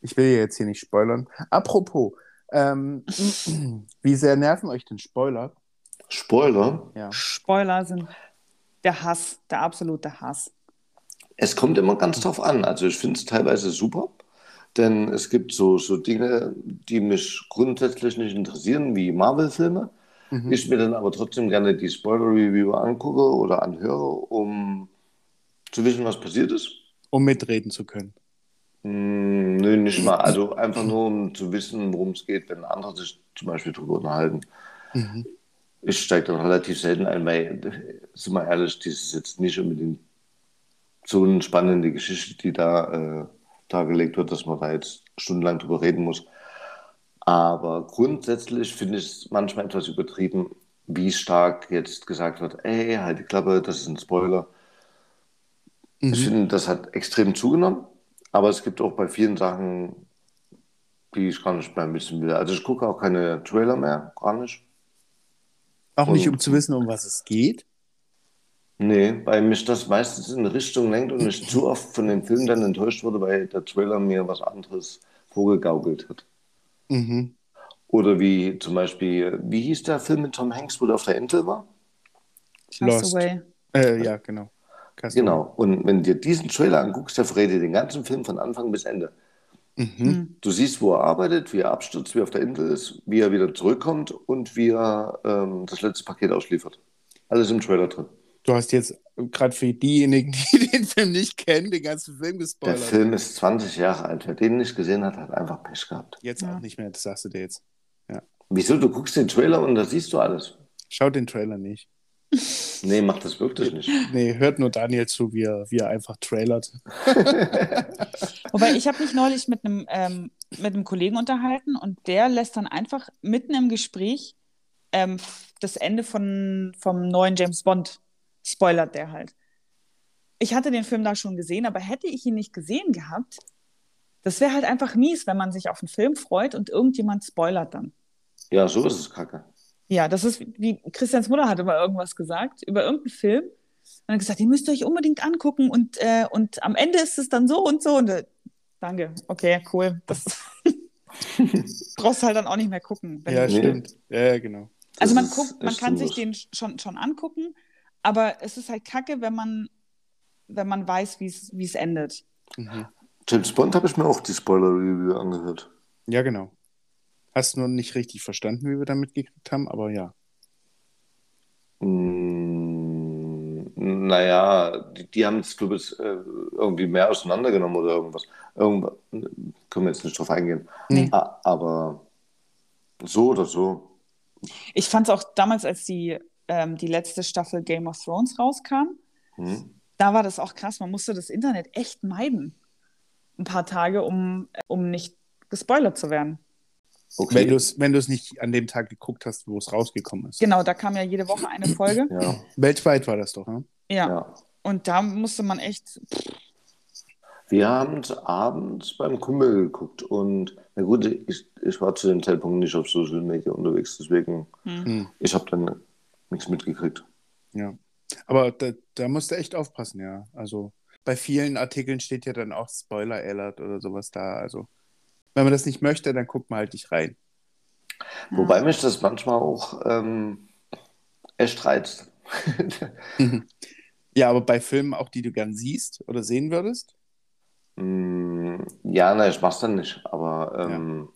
Ich will ja jetzt hier nicht spoilern. Apropos, ähm, [clears throat] wie sehr nerven euch denn Spoiler?
Spoiler.
Ja.
Spoiler sind der Hass, der absolute Hass.
Es kommt immer ganz drauf an. Also ich finde es teilweise super, denn es gibt so, so Dinge, die mich grundsätzlich nicht interessieren, wie Marvel-Filme.
Mhm.
Ich mir dann aber trotzdem gerne die Spoiler-Review angucke oder anhöre, um zu wissen, was passiert ist.
Um mitreden zu können.
Mm, Nö, nicht mal. Also einfach nur, um zu wissen, worum es geht, wenn andere sich zum Beispiel darüber unterhalten.
Mhm.
Ich steige dann relativ selten ein, weil, äh, sind wir ehrlich, das ist jetzt nicht unbedingt so eine spannende Geschichte, die da äh, dargelegt wird, dass man da jetzt stundenlang drüber reden muss. Aber grundsätzlich finde ich es manchmal etwas übertrieben, wie stark jetzt gesagt wird, ey, halt die Klappe, das ist ein Spoiler.
Mhm.
Ich finde, das hat extrem zugenommen, aber es gibt auch bei vielen Sachen, die ich gar nicht mehr wissen will. Also ich gucke auch keine Trailer mehr, gar nicht.
Auch nicht, um
Und-
zu wissen, um was es geht.
Nee, weil mich das meistens in eine Richtung lenkt und ich zu oft von den Filmen dann enttäuscht wurde, weil der Trailer mir was anderes vorgegaukelt hat.
Mhm.
Oder wie zum Beispiel, wie hieß der Film mit Tom Hanks, wo der auf der Insel war?
Lost.
Castaway.
Äh, ja, genau. Castaway.
Genau. Und wenn du dir diesen Trailer anguckst, der verrät dir den ganzen Film von Anfang bis Ende.
Mhm.
Hm.
Du siehst, wo er arbeitet, wie er abstürzt, wie er auf der Insel ist, wie er wieder zurückkommt und wie er ähm, das letzte Paket ausliefert. Alles im Trailer drin.
Du hast jetzt gerade für diejenigen, [laughs] die den Film nicht kennen, den ganzen Film
Der
gespoilert.
Film ist 20 Jahre alt. Wer den nicht gesehen hat, hat einfach Pech gehabt.
Jetzt
Ja.
auch nicht mehr, das sagst du dir jetzt.
Wieso? Du guckst den Trailer und da siehst du alles.
Schau den Trailer nicht.
Nee, mach das wirklich nicht.
Nee, hört nur Daniel zu, wie er, wie er einfach trailert.
Wobei ich habe mich neulich mit einem ähm, mit einem Kollegen unterhalten und der lässt dann einfach mitten im Gespräch ähm, f- das Ende von vom neuen James Bond spoilert der halt. Ich hatte den Film da schon gesehen, aber hätte ich ihn nicht gesehen gehabt, das wäre halt einfach mies, wenn man sich auf einen Film freut und irgendjemand spoilert dann.
Ja, so ist es kacke.
Ja, das ist wie Christians Mutter hat immer irgendwas gesagt über irgendeinen Film und hat gesagt, den müsst ihr euch unbedingt angucken und, äh, und am Ende ist es dann so und so und äh, danke, okay, cool. Das [laughs] brauchst halt dann auch nicht mehr gucken. wenn
Ja,
du-
Nee.
stimmt. Ja, genau.
Das
also man
ist
guckt, man
echt
kann sich
sinnlos.
den schon, schon angucken, aber es ist halt kacke, wenn man, wenn man weiß, wie es wie es endet.
Mhm.
James Bond habe ich mir auch die Spoiler-Review angehört.
Ja, genau. Hast nur nicht richtig verstanden, wie wir da mitgekriegt haben, aber ja.
Mm, naja, die, die haben es, glaube ich, äh, irgendwie mehr auseinandergenommen oder irgendwas. Irgendwas können wir jetzt nicht drauf eingehen.
Nee.
A- Aber so oder so.
Ich fand es auch damals, als die, ähm, die letzte Staffel Game of Thrones rauskam,
Hm?
da war das auch krass. Man musste das Internet echt meiden. Ein paar Tage, um, um nicht gespoilert zu werden.
Okay.
Wenn du es wenn du's nicht an dem Tag geguckt hast, wo es rausgekommen ist.
Genau, da kam ja jede Woche eine
[clears throat]
Folge.
ja, ja.
Weltweit war das doch, ne?
Ja, und da musste man echt.
Wir haben es abends beim Kumpel geguckt und na gut, ich, ich war zu dem Zeitpunkt nicht auf Social Media unterwegs, deswegen
Hm.
Hm.
ich habe dann nichts mitgekriegt.
Ja. Aber da, da musst du echt aufpassen, ja. Also bei vielen Artikeln steht ja dann auch Spoiler Alert oder sowas da. Also Wenn man das nicht möchte, dann guckt man halt nicht rein.
Wobei mich das manchmal auch ähm, echt reizt. [laughs]
Ja, aber bei Filmen auch, die du gern siehst oder sehen würdest,
Mm, ja, nein, ich mach's dann nicht, aber ähm,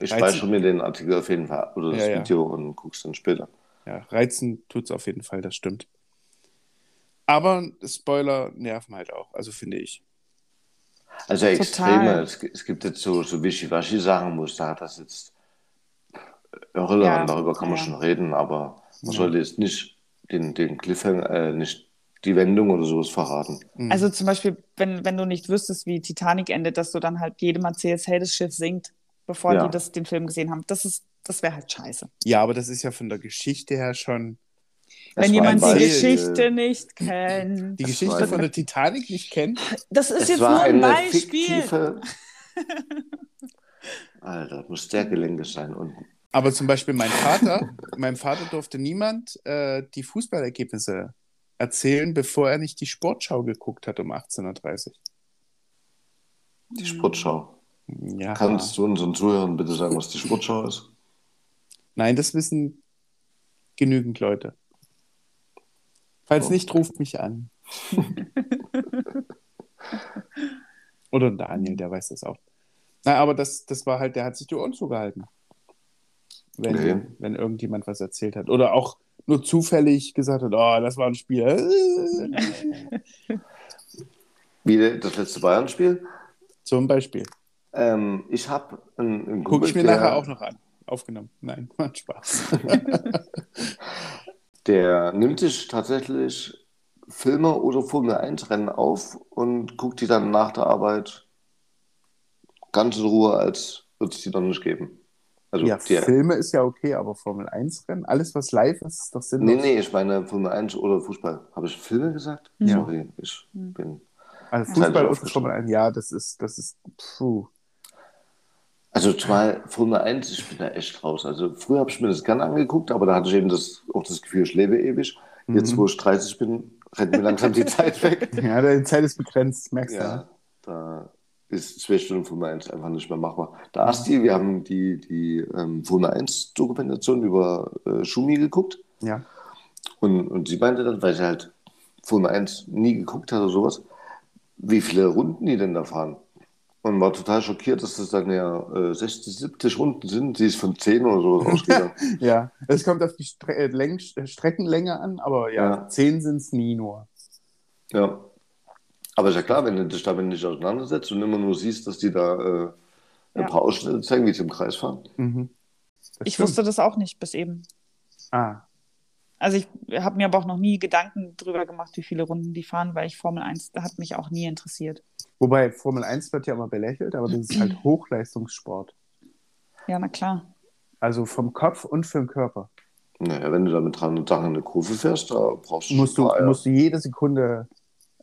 ich
Reizt-
speichere mir den Artikel auf jeden Fall ab oder das
Ja, ja.
Video und guck's dann später.
ja, reizen tut es auf jeden Fall, das stimmt. Aber Spoiler nerven halt auch, also finde ich.
Also extreme,
Total.
es, gi- es gibt jetzt so, so Wischiwaschi-Sachen, wo ich sage, das ist jetzt irrelevant,
Ja,
darüber kann man
ja.
schon reden, aber man
Ja.
sollte jetzt nicht den, den Cliffhanger, äh, nicht die Wendung oder sowas verraten.
Mhm.
Also zum Beispiel, wenn, wenn du nicht wüsstest, wie Titanic endet, dass du dann halt jedem erzählst, hey, das Schiff sinkt, bevor
Ja.
die das, den Film gesehen haben. Das ist, das wäre halt scheiße.
ja, aber das ist ja von der Geschichte her schon.
Es
wenn
war
jemand
ein
die
Beispiel.
Geschichte nicht kennt.
Die
Das
Geschichte
war-
von der Titanic nicht kennt,
Das ist
es
jetzt
war
nur ein
eine
Beispiel. [laughs]
fiktive. Alter, muss der Gelenke sein unten.
aber zum Beispiel mein Vater, meinem Vater durfte niemand äh, die Fußballergebnisse erzählen, bevor er nicht die Sportschau geguckt hat um 18.30
Hm.
Die Sportschau.
Uhr. Ja.
Kannst du unseren Zuhörern bitte sagen,
[laughs]
was die Sportschau ist?
Nein, das wissen genügend Leute. Falls nicht, ruft mich an. Oder Daniel, der weiß das auch. Na, aber das, das war halt, der hat sich die Ohren zugehalten. Wenn,
Okay.
wenn irgendjemand was erzählt hat. Oder auch nur zufällig gesagt hat, oh, das war ein Spiel. [laughs]
Wie das letzte Bayern-Spiel.
Zum Beispiel.
Ähm, ich habe einen, einen
Gucke
Kumpel,
ich mir
der,
nachher auch noch an. Aufgenommen. Nein, [laughs] macht Spaß.
der nimmt sich tatsächlich Filme oder Formel 1 Rennen auf und guckt die dann nach der Arbeit ganz in Ruhe, als würde es die dann nicht geben. Also
ja,
die,
Filme ist ja okay, aber Formel 1 Rennen, alles was live ist, ist doch
Nee,
sinnlos.
nee, ich meine Formel 1 oder Fußball. Habe ich Filme gesagt?
Ja.
Sorry, ich
Hm.
bin.
Also
Das hab
Fußball
ich
und
aufgeschrieben.
Formel 1, ja, das ist, das ist, puh.
Also zumal Formel 1, ich bin da echt raus. Also früher habe ich mir das gerne angeguckt, aber da hatte ich eben das, auch das Gefühl, ich lebe ewig. Jetzt,
Mhm.
wo ich 30 bin, rennt mir langsam die Zeit weg.
[laughs] Ja, deine Zeit ist begrenzt, merkst du.
Ja,
ne?
da ist zwei Stunden Formel 1 einfach nicht mehr machbar. Da hast du, wir haben die, die ähm, Formel 1 Dokumentation über äh, Schumi geguckt
Ja.
und, und sie meinte dann, weil sie halt Formel 1 nie geguckt hat oder sowas, wie viele Runden die denn da fahren. Und war total schockiert, dass das dann ja äh, 60, 70 Runden sind. Sie ist von 10 oder sowas
[laughs]
ausgegangen.
Ja, es kommt auf die Stre äh, Läng äh, Streckenlänge an, aber ja,
Ja.
zehn sind es nie nur.
ja. Aber ist ja klar, wenn du dich damit nicht auseinandersetzt und immer nur siehst, dass die da äh, ein
Ja.
paar Ausschnitte zeigen, wie sie im Kreis fahren.
Mhm. Das
Ich
stimmt.
wusste das auch nicht bis eben.
Ah,
Also ich habe mir aber auch noch nie Gedanken drüber gemacht, wie viele Runden die fahren, weil ich Formel 1 hat mich auch nie interessiert.
wobei Formel 1 wird ja immer belächelt, aber das ist
[clears throat]
halt Hochleistungssport.
Ja, na klar.
Also vom Kopf und für den Körper.
Naja, wenn du damit dran und Sachen in eine Kurve fährst, da brauchst du
Musst
schon
du,
ein paar Eier.
musst du jede Sekunde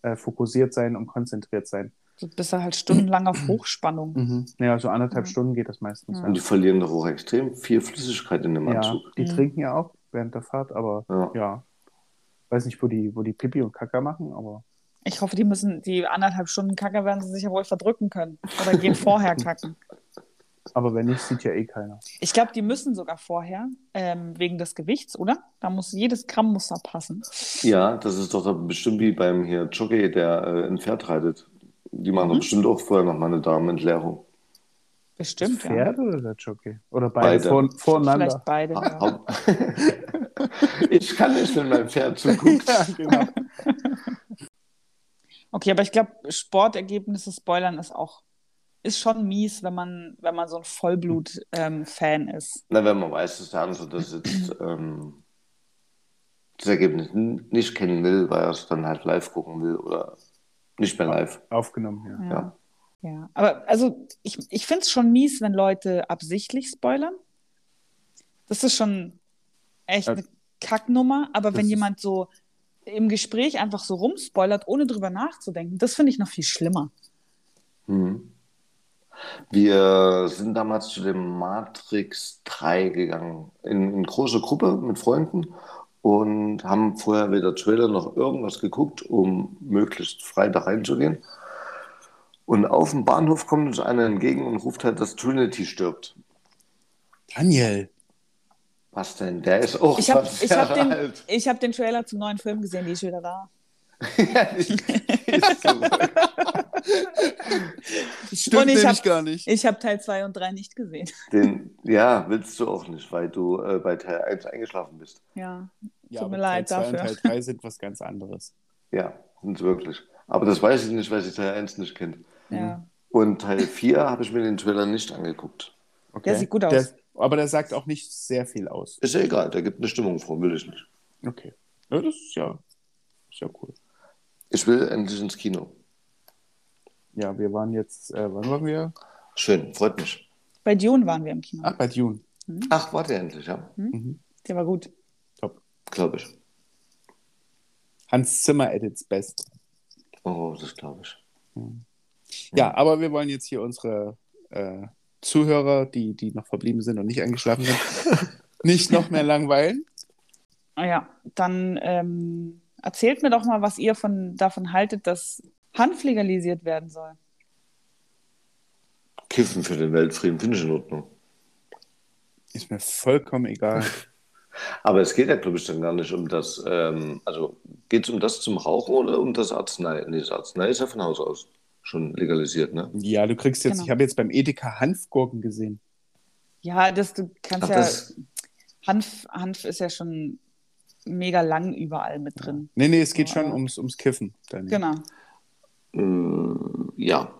äh, fokussiert sein und konzentriert sein.
Du bist da halt stundenlang auf Hochspannung.
Ja, so anderthalb
Mhm.
Stunden geht das meistens.
Mhm.
Und die verlieren doch auch extrem viel Flüssigkeit in dem
Ja,
Anzug.
die
Mhm.
trinken ja auch während der Fahrt, aber
Ja.
ja. Weiß nicht, wo die, wo die Pipi und Kaka machen, aber
Ich hoffe, die müssen die anderthalb Stunden Kacke werden sie sich ja wohl verdrücken können. Oder gehen vorher kacken.
Aber wenn nicht, sieht ja eh keiner.
Ich glaube, die müssen sogar vorher, ähm, wegen des Gewichts, oder? Da muss jedes Gramm muss da passen.
ja, das ist doch dann bestimmt wie beim hier Jockey, der äh, ein Pferd reitet. Die machen doch
Mhm.
bestimmt auch vorher nochmal eine Darmentleerung.
Bestimmt,
das
ja.
Pferd oder der Jockey? Oder beide,
Beide.
Vor, voreinander.
Vielleicht beide.
Ha-
Ja.
hau- [laughs] ich kann nicht, wenn mein Pferd zuguckt.
[laughs] Ja, genau.
Okay, aber ich glaube, Sportergebnisse spoilern ist auch, ist schon mies, wenn man, wenn man so ein Vollblut-Fan ist.
Na, wenn man weiß, dass der andere das jetzt ähm, das Ergebnis n- nicht kennen will, weil er es dann halt live gucken will oder nicht mehr live.
Aufgenommen, ja.
Ja. ja. Aber also ich, ich finde es schon mies, wenn Leute absichtlich spoilern. Das ist schon echt
Ja.
eine Kacknummer. Aber
Das
wenn
ist-
jemand so im Gespräch einfach so rumspoilert, ohne drüber nachzudenken, das finde ich noch viel schlimmer.
Mhm. Wir sind damals zu dem Matrix 3 gegangen, in, in große Gruppe mit Freunden und haben vorher weder Trailer noch irgendwas geguckt, um möglichst frei da reinzugehen. Und auf dem Bahnhof kommt uns einer entgegen und ruft halt, dass Trinity stirbt.
Daniel.
Was denn? Der ist auch
Ich habe
20
ich hab
Jahre
den,
halt
alt. [laughs]
ich hab den Trailer zum neuen Film gesehen, die ist wieder da.
ja, ich, ist so.
[laughs] Und ich
nämlich
hab-
gar nicht.
Ich habe Teil 2 und 3 nicht gesehen.
den, ja, willst du auch nicht, weil du äh, bei Teil 1 eingeschlafen bist.
Ja.
Ja,
Tut mir
aber
leid
Teil 2 und
dafür.
Teil 3 sind was ganz anderes.
Ja, sind wirklich. Aber das weiß ich nicht, weil ich Teil 1 nicht kenne.
Mhm.
ja.
Und Teil 4 [laughs] habe ich mir den Trailer nicht angeguckt.
Okay.
sieht gut aus.
Der, aber der sagt auch nicht sehr viel aus.
Ist ja egal, da gibt eine Stimmung vor, will ich nicht.
Okay. Ja, das ist ja, ist ja cool.
Ich will endlich ins Kino.
Ja, wir waren jetzt, äh, wann waren wir?
Schön, freut mich.
Bei Dune waren wir im Kino. Mhm.
Ach, bei Dune.
Ach, warte endlich, ja?
Mhm.
Der war gut.
Top.
Glaube ich.
Hans Zimmer at its best.
Oh, das glaube ich.
Ja, aber wir wollen jetzt hier unsere äh, Zuhörer, die, die noch verblieben sind und nicht eingeschlafen sind, nicht noch mehr langweilen.
Ah ja, dann ähm, erzählt mir doch mal, was ihr von, davon haltet, dass Hanf legalisiert werden soll.
Kiffen für den Weltfrieden finde ich in Ordnung.
Ist mir vollkommen egal.
Aber es geht ja, glaube ich, dann gar nicht um das, ähm, also geht es um das zum Rauchen oder um das Arznei? Nee, das Arznei ist ja von Haus aus schon legalisiert, ne?
Ja, du kriegst jetzt,
Genau.
ich habe jetzt beim Edeka Hanfgurken gesehen.
Ja, das, du kannst
Ach,
ja.
das,
Hanf, Hanf ist ja schon mega lang überall mit drin.
Nee, nee, es geht
Ja,
schon
aber-
ums, ums Kiffen. Dann.
Genau.
ähm, ja.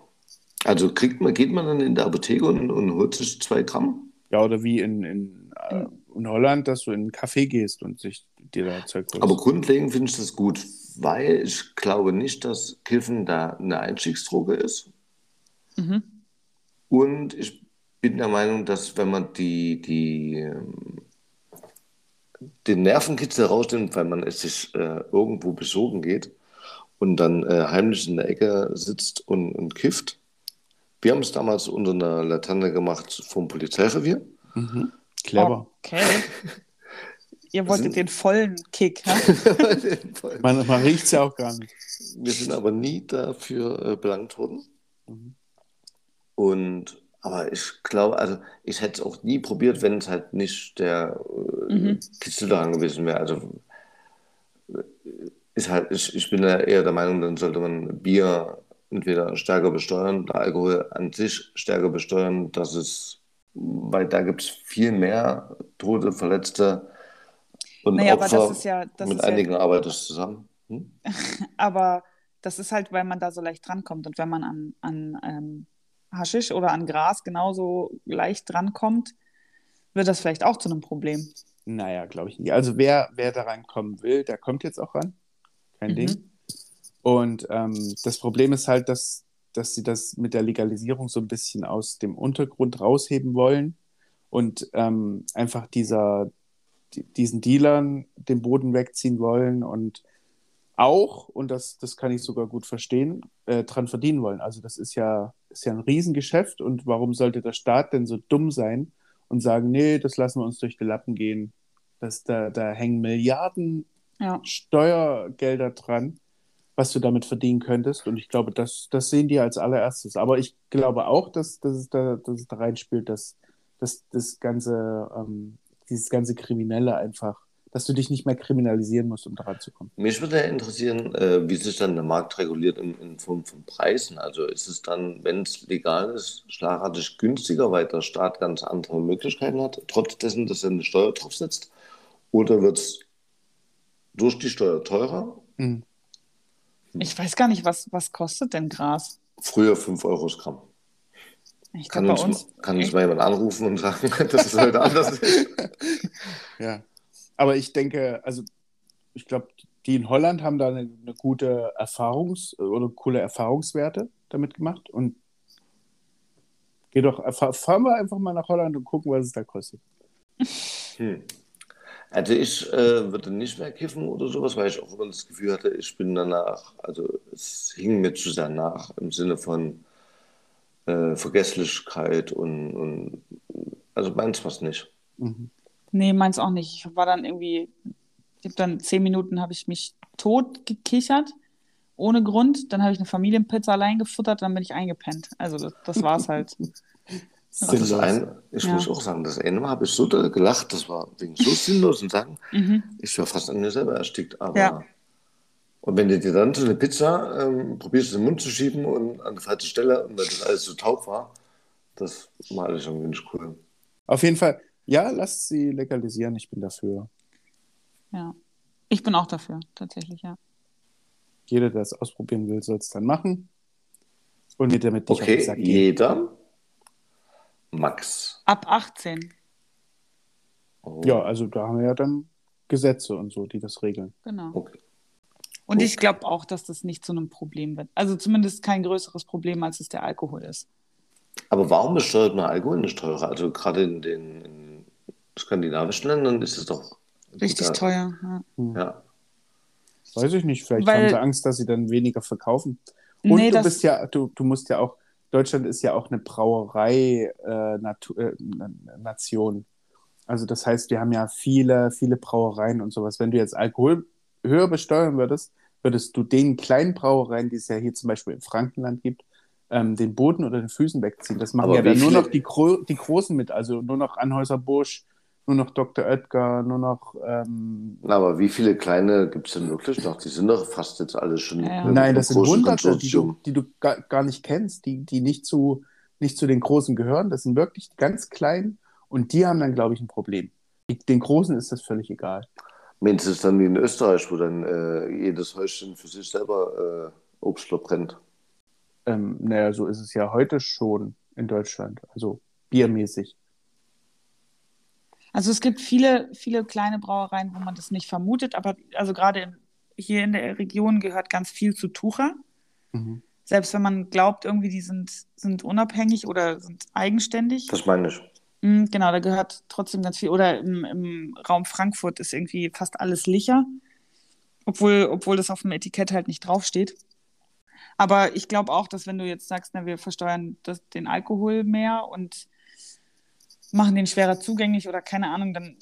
Also kriegt man, geht man dann in der Apotheke und, und holt sich zwei Gramm?
Ja, oder wie in, in, äh, in Holland, dass du in einen Café gehst und sich dir da Zeug holst.
Aber grundlegend finde ich das gut, weil ich glaube nicht, dass Kiffen da eine Einstiegsdroge ist.
Mhm.
Und ich bin der Meinung, dass wenn man die, die, ähm, den Nervenkitzel rausnimmt, weil man es sich äh, irgendwo besogen geht und dann äh, heimlich in der Ecke sitzt und, und kifft. Wir haben es damals unter einer Laterne gemacht vom Polizeirevier.
Mhm. Clever.
Okay.
[laughs]
ihr wolltet
Sind-
den vollen Kick, hä?
[laughs] wir
Man, man riecht es ja auch gar nicht.
sind aber nie dafür äh, belangt worden.
Mhm.
Und aber ich glaube, also ich hätte es auch nie probiert, wenn es halt nicht der äh,
Mhm.
Kitzel daran gewesen wäre. Also äh, ist halt, ich, ich bin da eher der Meinung, dann sollte man Bier entweder stärker besteuern, oder Alkohol an sich stärker besteuern, dass es, weil da gibt es viel mehr Tote, Verletzte und
Naja, aber
Opfer.
das ist ja, das
mit
ist ja,
einigen arbeitest du zusammen. Hm?
aber das ist halt, weil man da so leicht drankommt. Und wenn man an, an ähm, Haschisch oder an Gras genauso leicht drankommt, wird das vielleicht auch zu einem Problem.
Naja, glaube ich nicht. Also wer, wer daran kommen will, der kommt jetzt auch ran. Kein
Mhm.
Ding. Und ähm, das Problem ist halt, dass, dass sie das mit der Legalisierung so ein bisschen aus dem Untergrund rausheben wollen und ähm, einfach dieser, di- diesen Dealern den Boden wegziehen wollen und auch, und das, das kann ich sogar gut verstehen, äh, dran verdienen wollen. Also das ist ja, ist ja ein Riesengeschäft und warum sollte der Staat denn so dumm sein und sagen, nee, das lassen wir uns durch die Lappen gehen. Das, da, da hängen Milliarden
Ja.
Steuergelder dran, was du damit verdienen könntest. Und ich glaube, das, das sehen die als allererstes. Aber ich glaube auch, dass, dass, es, da, dass es da reinspielt, dass, dass das ganze, ähm, dieses ganze Kriminelle einfach, dass du dich nicht mehr kriminalisieren musst, um daran zu kommen.
Mich würde ja interessieren, äh, wie sich dann der Markt reguliert in, in Form von Preisen. Also ist es dann, wenn es legal ist, schlagartig günstiger, weil der Staat ganz andere Möglichkeiten hat, trotz dessen, dass er eine Steuer draufsetzt? Oder wird es durch die Steuer teurer?
Mhm.
Ich weiß gar nicht, was, was kostet denn Gras?
Früher 5 Euro das Gramm.
Ich
Kann
glaube, bei
uns,
uns.
kann uns mal jemand anrufen und sagen, [laughs] dass es heute anders ist?
Ja. Aber ich denke, also ich glaube, die in Holland haben da eine, eine gute Erfahrungs- oder coole Erfahrungswerte damit gemacht. Und geh doch, fahr- fahren wir einfach mal nach Holland und gucken, was es da kostet.
Hm. Also ich äh, würde nicht mehr kiffen oder sowas, weil ich auch immer das Gefühl hatte, ich bin danach, also es hing mir zu sehr nach im Sinne von äh, Vergesslichkeit und, und also meins was nicht.
Mhm.
Nee, meins auch nicht. Ich war dann irgendwie, ich habe dann zehn Minuten habe ich mich tot gekichert ohne Grund. Dann habe ich eine Familienpizza allein gefuttert, dann bin ich eingepennt. Also das, das war's halt.
Ach, das eine, ich
Ja.
muss auch sagen, das eine Mal habe ich so da gelacht, das war wegen
[laughs]
so sinnlosen Sachen.
Mhm.
Ich war fast an mir selber erstickt, aber.
Ja.
Und wenn du dir dann so eine Pizza ähm, probierst, in den Mund zu schieben und an die falsche Stelle, und weil das alles so taub war, das war alles schon ganz cool.
Auf jeden Fall, ja, lasst sie legalisieren, ich bin dafür.
Ja. Ich bin auch dafür, tatsächlich, ja.
Jeder, der es ausprobieren will, soll es dann machen. Und mir damit nicht auf den
Okay,
Sack gehen.
jeder. Max.
Ab 18,
Oh,
Ja, also da haben wir ja dann Gesetze und so, die das regeln.
genau.
Okay.
Und ich glaube auch, dass das nicht zu einem Problem wird. Also zumindest kein größeres Problem, als es der Alkohol ist.
Aber warum ist steuert man Alkohol nicht teurer? Also gerade in den in skandinavischen Ländern ist es doch.
Richtig
Ja.
teuer. Ja.
Ja.
Hm. Weiß ich nicht, vielleicht
Weil-
haben sie Angst, dass sie dann weniger verkaufen. Und
Nee,
du
das-
bist ja, du, du musst ja auch, Deutschland ist ja auch eine Brauerei-Nation. Äh, Nation. also das heißt, wir haben ja viele, viele Brauereien und sowas. Wenn du jetzt Alkohol höher besteuern würdest, würdest du den kleinen Brauereien, die es ja hier zum Beispiel im Frankenland gibt, ähm, den Boden oder den Füßen wegziehen. Das machen
Aber
ja dann
wie
nur
viele-
noch die, Gro die Großen mit, also nur noch Anhäuser Busch, nur noch Dr. Oetker, nur noch ähm,
Aber wie viele kleine gibt es denn wirklich noch? Die sind doch fast jetzt alle schon.
Ja.
im-
Nein,
im
das sind
großen
Hunderte, die du,
Konsortium.
die du gar, gar nicht kennst, die, die nicht zu, nicht zu den Großen gehören. Das sind wirklich ganz klein und die haben dann, glaube ich, ein Problem. Die- Den Großen ist das völlig egal.
Mensch, das ist dann wie in Österreich, wo dann äh, jedes Häuschen für sich selber äh, Obstler brennt.
Ähm, naja, so ist es ja heute schon in Deutschland, also biermäßig.
Also es gibt viele, viele kleine Brauereien, wo man das nicht vermutet, aber also gerade in, hier in der Region gehört ganz viel zu Tucher.
Mhm.
Selbst wenn man glaubt, irgendwie die sind, sind unabhängig oder sind eigenständig.
Das meine ich.
Mm, Genau, da gehört trotzdem ganz viel. Oder im, im Raum Frankfurt ist irgendwie fast alles Licher, obwohl, obwohl das auf dem Etikett halt nicht draufsteht. Aber ich glaube auch, dass wenn du jetzt sagst, na, wir versteuern das, den Alkohol mehr und machen den schwerer zugänglich oder keine Ahnung, dann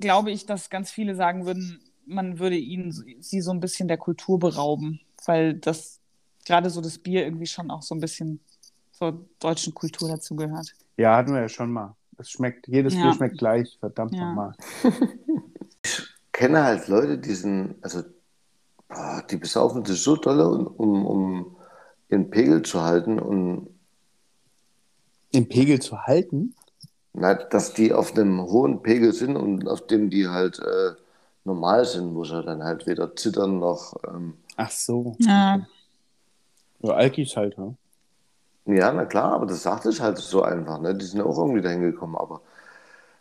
glaube ich, dass ganz viele sagen würden, man würde ihnen sie so ein bisschen der Kultur berauben, weil das gerade so das Bier irgendwie schon auch so ein bisschen zur deutschen Kultur dazugehört.
Ja, hatten wir ja schon mal. Es schmeckt, jedes
Ja.
Bier schmeckt gleich, verdammt
Ja.
nochmal.
kenne halt Leute, die sind, also boah, die besaufen sich so dolle, um, um, um ihren Pegel zu halten und
Den Pegel zu halten,
na, dass die auf einem hohen Pegel sind und auf dem die halt äh, normal sind, wo sie dann halt weder zittern noch ähm,
ach so.
Ja.
Okay. Ja, Alkis halt, ja.
Ja, na klar, aber das sagte ich halt so einfach. Ne? Die sind ja auch irgendwie dahin gekommen. Aber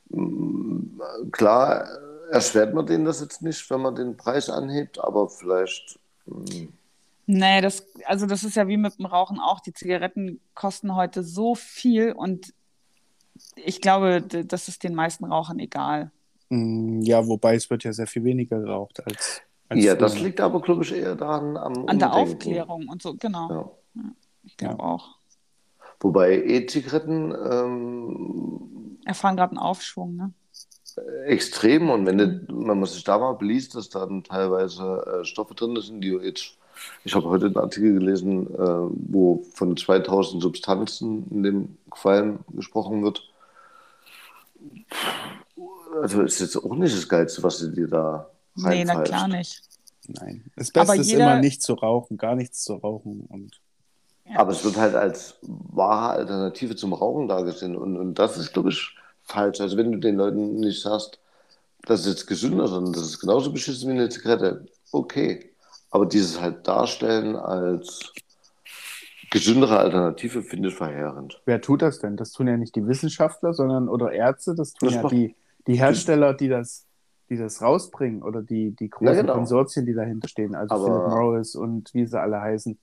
mm, klar erschwert man denen das jetzt nicht, wenn man den Preis anhebt. Aber vielleicht, mm,
Nee, das, also das ist ja wie mit dem Rauchen auch. Die Zigaretten kosten heute so viel und ich glaube, d- das ist den meisten Rauchern egal.
Mm, Ja, wobei es wird ja sehr viel weniger geraucht als. als
ja, das
früher.
liegt aber, glaube ich, eher daran am
An der
Umdenken.
Aufklärung und so, genau.
Ja.
Ich glaube auch.
Wobei E-Zigaretten ähm,
Erfahren gerade einen Aufschwung, ne?
extrem und wenn du, man muss sich da mal beliest, dass da dann teilweise äh, Stoffe drin sind, die jetzt, ich habe heute einen Artikel gelesen, äh, wo von 2000 Substanzen in dem Qualm gesprochen wird. Also ist jetzt auch nicht das Geilste, was du dir da
Nee, na
reinpfeifst.
klar nicht.
Nein. Das
Aber
Beste ist
jeder-
immer nicht zu rauchen, gar nichts zu rauchen. Und
Aber es wird halt als wahre Alternative zum Rauchen dargestellt. Und, und das ist, glaube ich, falsch. Also wenn du den Leuten nicht sagst, das ist jetzt gesünder, sondern das ist genauso beschissen wie eine Zigarette. Okay. Aber dieses halt darstellen als gesündere Alternative finde ich verheerend.
wer tut das denn? Das tun ja nicht die Wissenschaftler, sondern oder Ärzte, das tun
Das
ja
macht-
die, die Hersteller, die das, die das rausbringen oder die, die großen
Na, genau.
Konsortien, die dahinter stehen, also
Aber-
Philip Morris und wie sie alle heißen.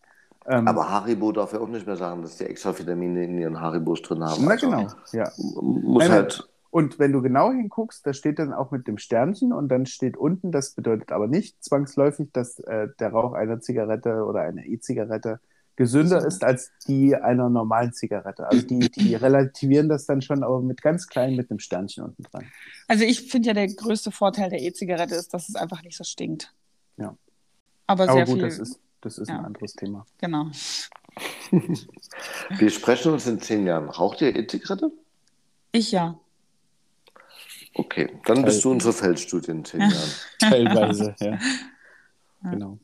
Ähm,
Aber Haribo darf ja auch nicht mehr sagen, dass die extra Vitamine in ihren Haribos drin haben.
na
Also
genau, ja.
Muss
Nein, nein.
halt.
Und wenn du genau hinguckst, da steht dann auch mit dem Sternchen und dann steht unten, das bedeutet aber nicht zwangsläufig, dass äh, der Rauch einer Zigarette oder einer E-Zigarette gesünder ist als die einer normalen Zigarette. Also die, die relativieren das dann schon, aber mit ganz klein mit einem Sternchen unten dran.
Also ich finde ja, der größte Vorteil der E-Zigarette ist, dass es einfach nicht so stinkt.
Ja.
Aber,
Aber
sehr
gut,
viel
das ist Das ist
Ja.
ein anderes Thema.
Genau.
Wir sprechen uns in zehn Jahren. Raucht ihr eh E-Zigarette?
Ich ja.
Okay, dann
Äh,
bist du unsere Feldstudie
[laughs]
in zehn Jahren.
[laughs]
Teilweise, ja. Genau.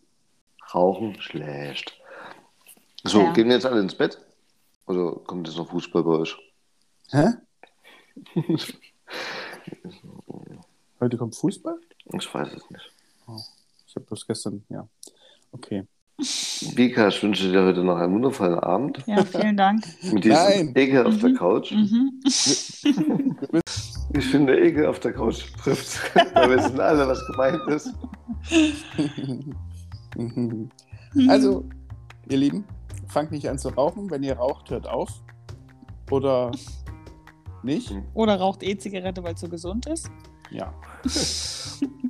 Rauchen schlecht. So,
Ja.
gehen wir jetzt alle ins Bett? Oder kommt jetzt noch Fußball bei euch?
[laughs] Hä? Heute kommt Fußball?
Ich weiß es nicht.
Ich habe bloß gestern, ja. [laughs] Okay.
Vika, ich wünsche dir heute noch einen wundervollen Abend.
Ja, vielen Dank.
[laughs]
Mit diesem
Nein.
Ekel auf der Couch.
Mhm.
Ich finde, Ekel auf der Couch trifft. [laughs] Weil wir wissen alle, was gemeint ist.
Mhm.
also, ihr Lieben, fangt nicht an zu rauchen. Wenn ihr raucht, hört auf. Oder nicht?
Mhm.
Oder raucht E-Zigarette, weil es so gesund ist.
Ja.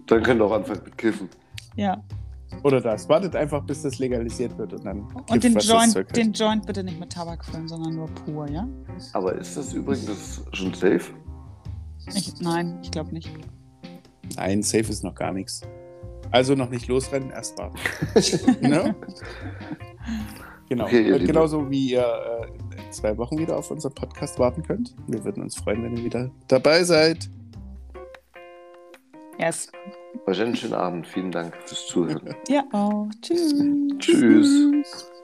Dann könnt ihr auch anfangen mit Kiffen.
Ja.
Oder das. Wartet einfach, bis das legalisiert wird und dann.
Und
kippt,
den
was das
Joint,
Zeug hat.
den Joint bitte nicht mit Tabak füllen, sondern nur pur, ja?
Aber ist das übrigens schon safe?
Ich, nein, ich glaube nicht.
halt. Nein, safe ist noch gar nichts. Also noch nicht losrennen, erst
[laughs]
warten. ne? Genau.
Okay, ihr
Und
Lieben.
Genauso wie ihr äh, in zwei Wochen wieder auf unseren Podcast warten könnt. Wir würden uns freuen, wenn ihr wieder dabei seid.
Yes.
Wahrscheinlich schönen Abend. Vielen Dank fürs Zuhören.
Ja, oh. Tschüss.
Tschüss.
Tschüss.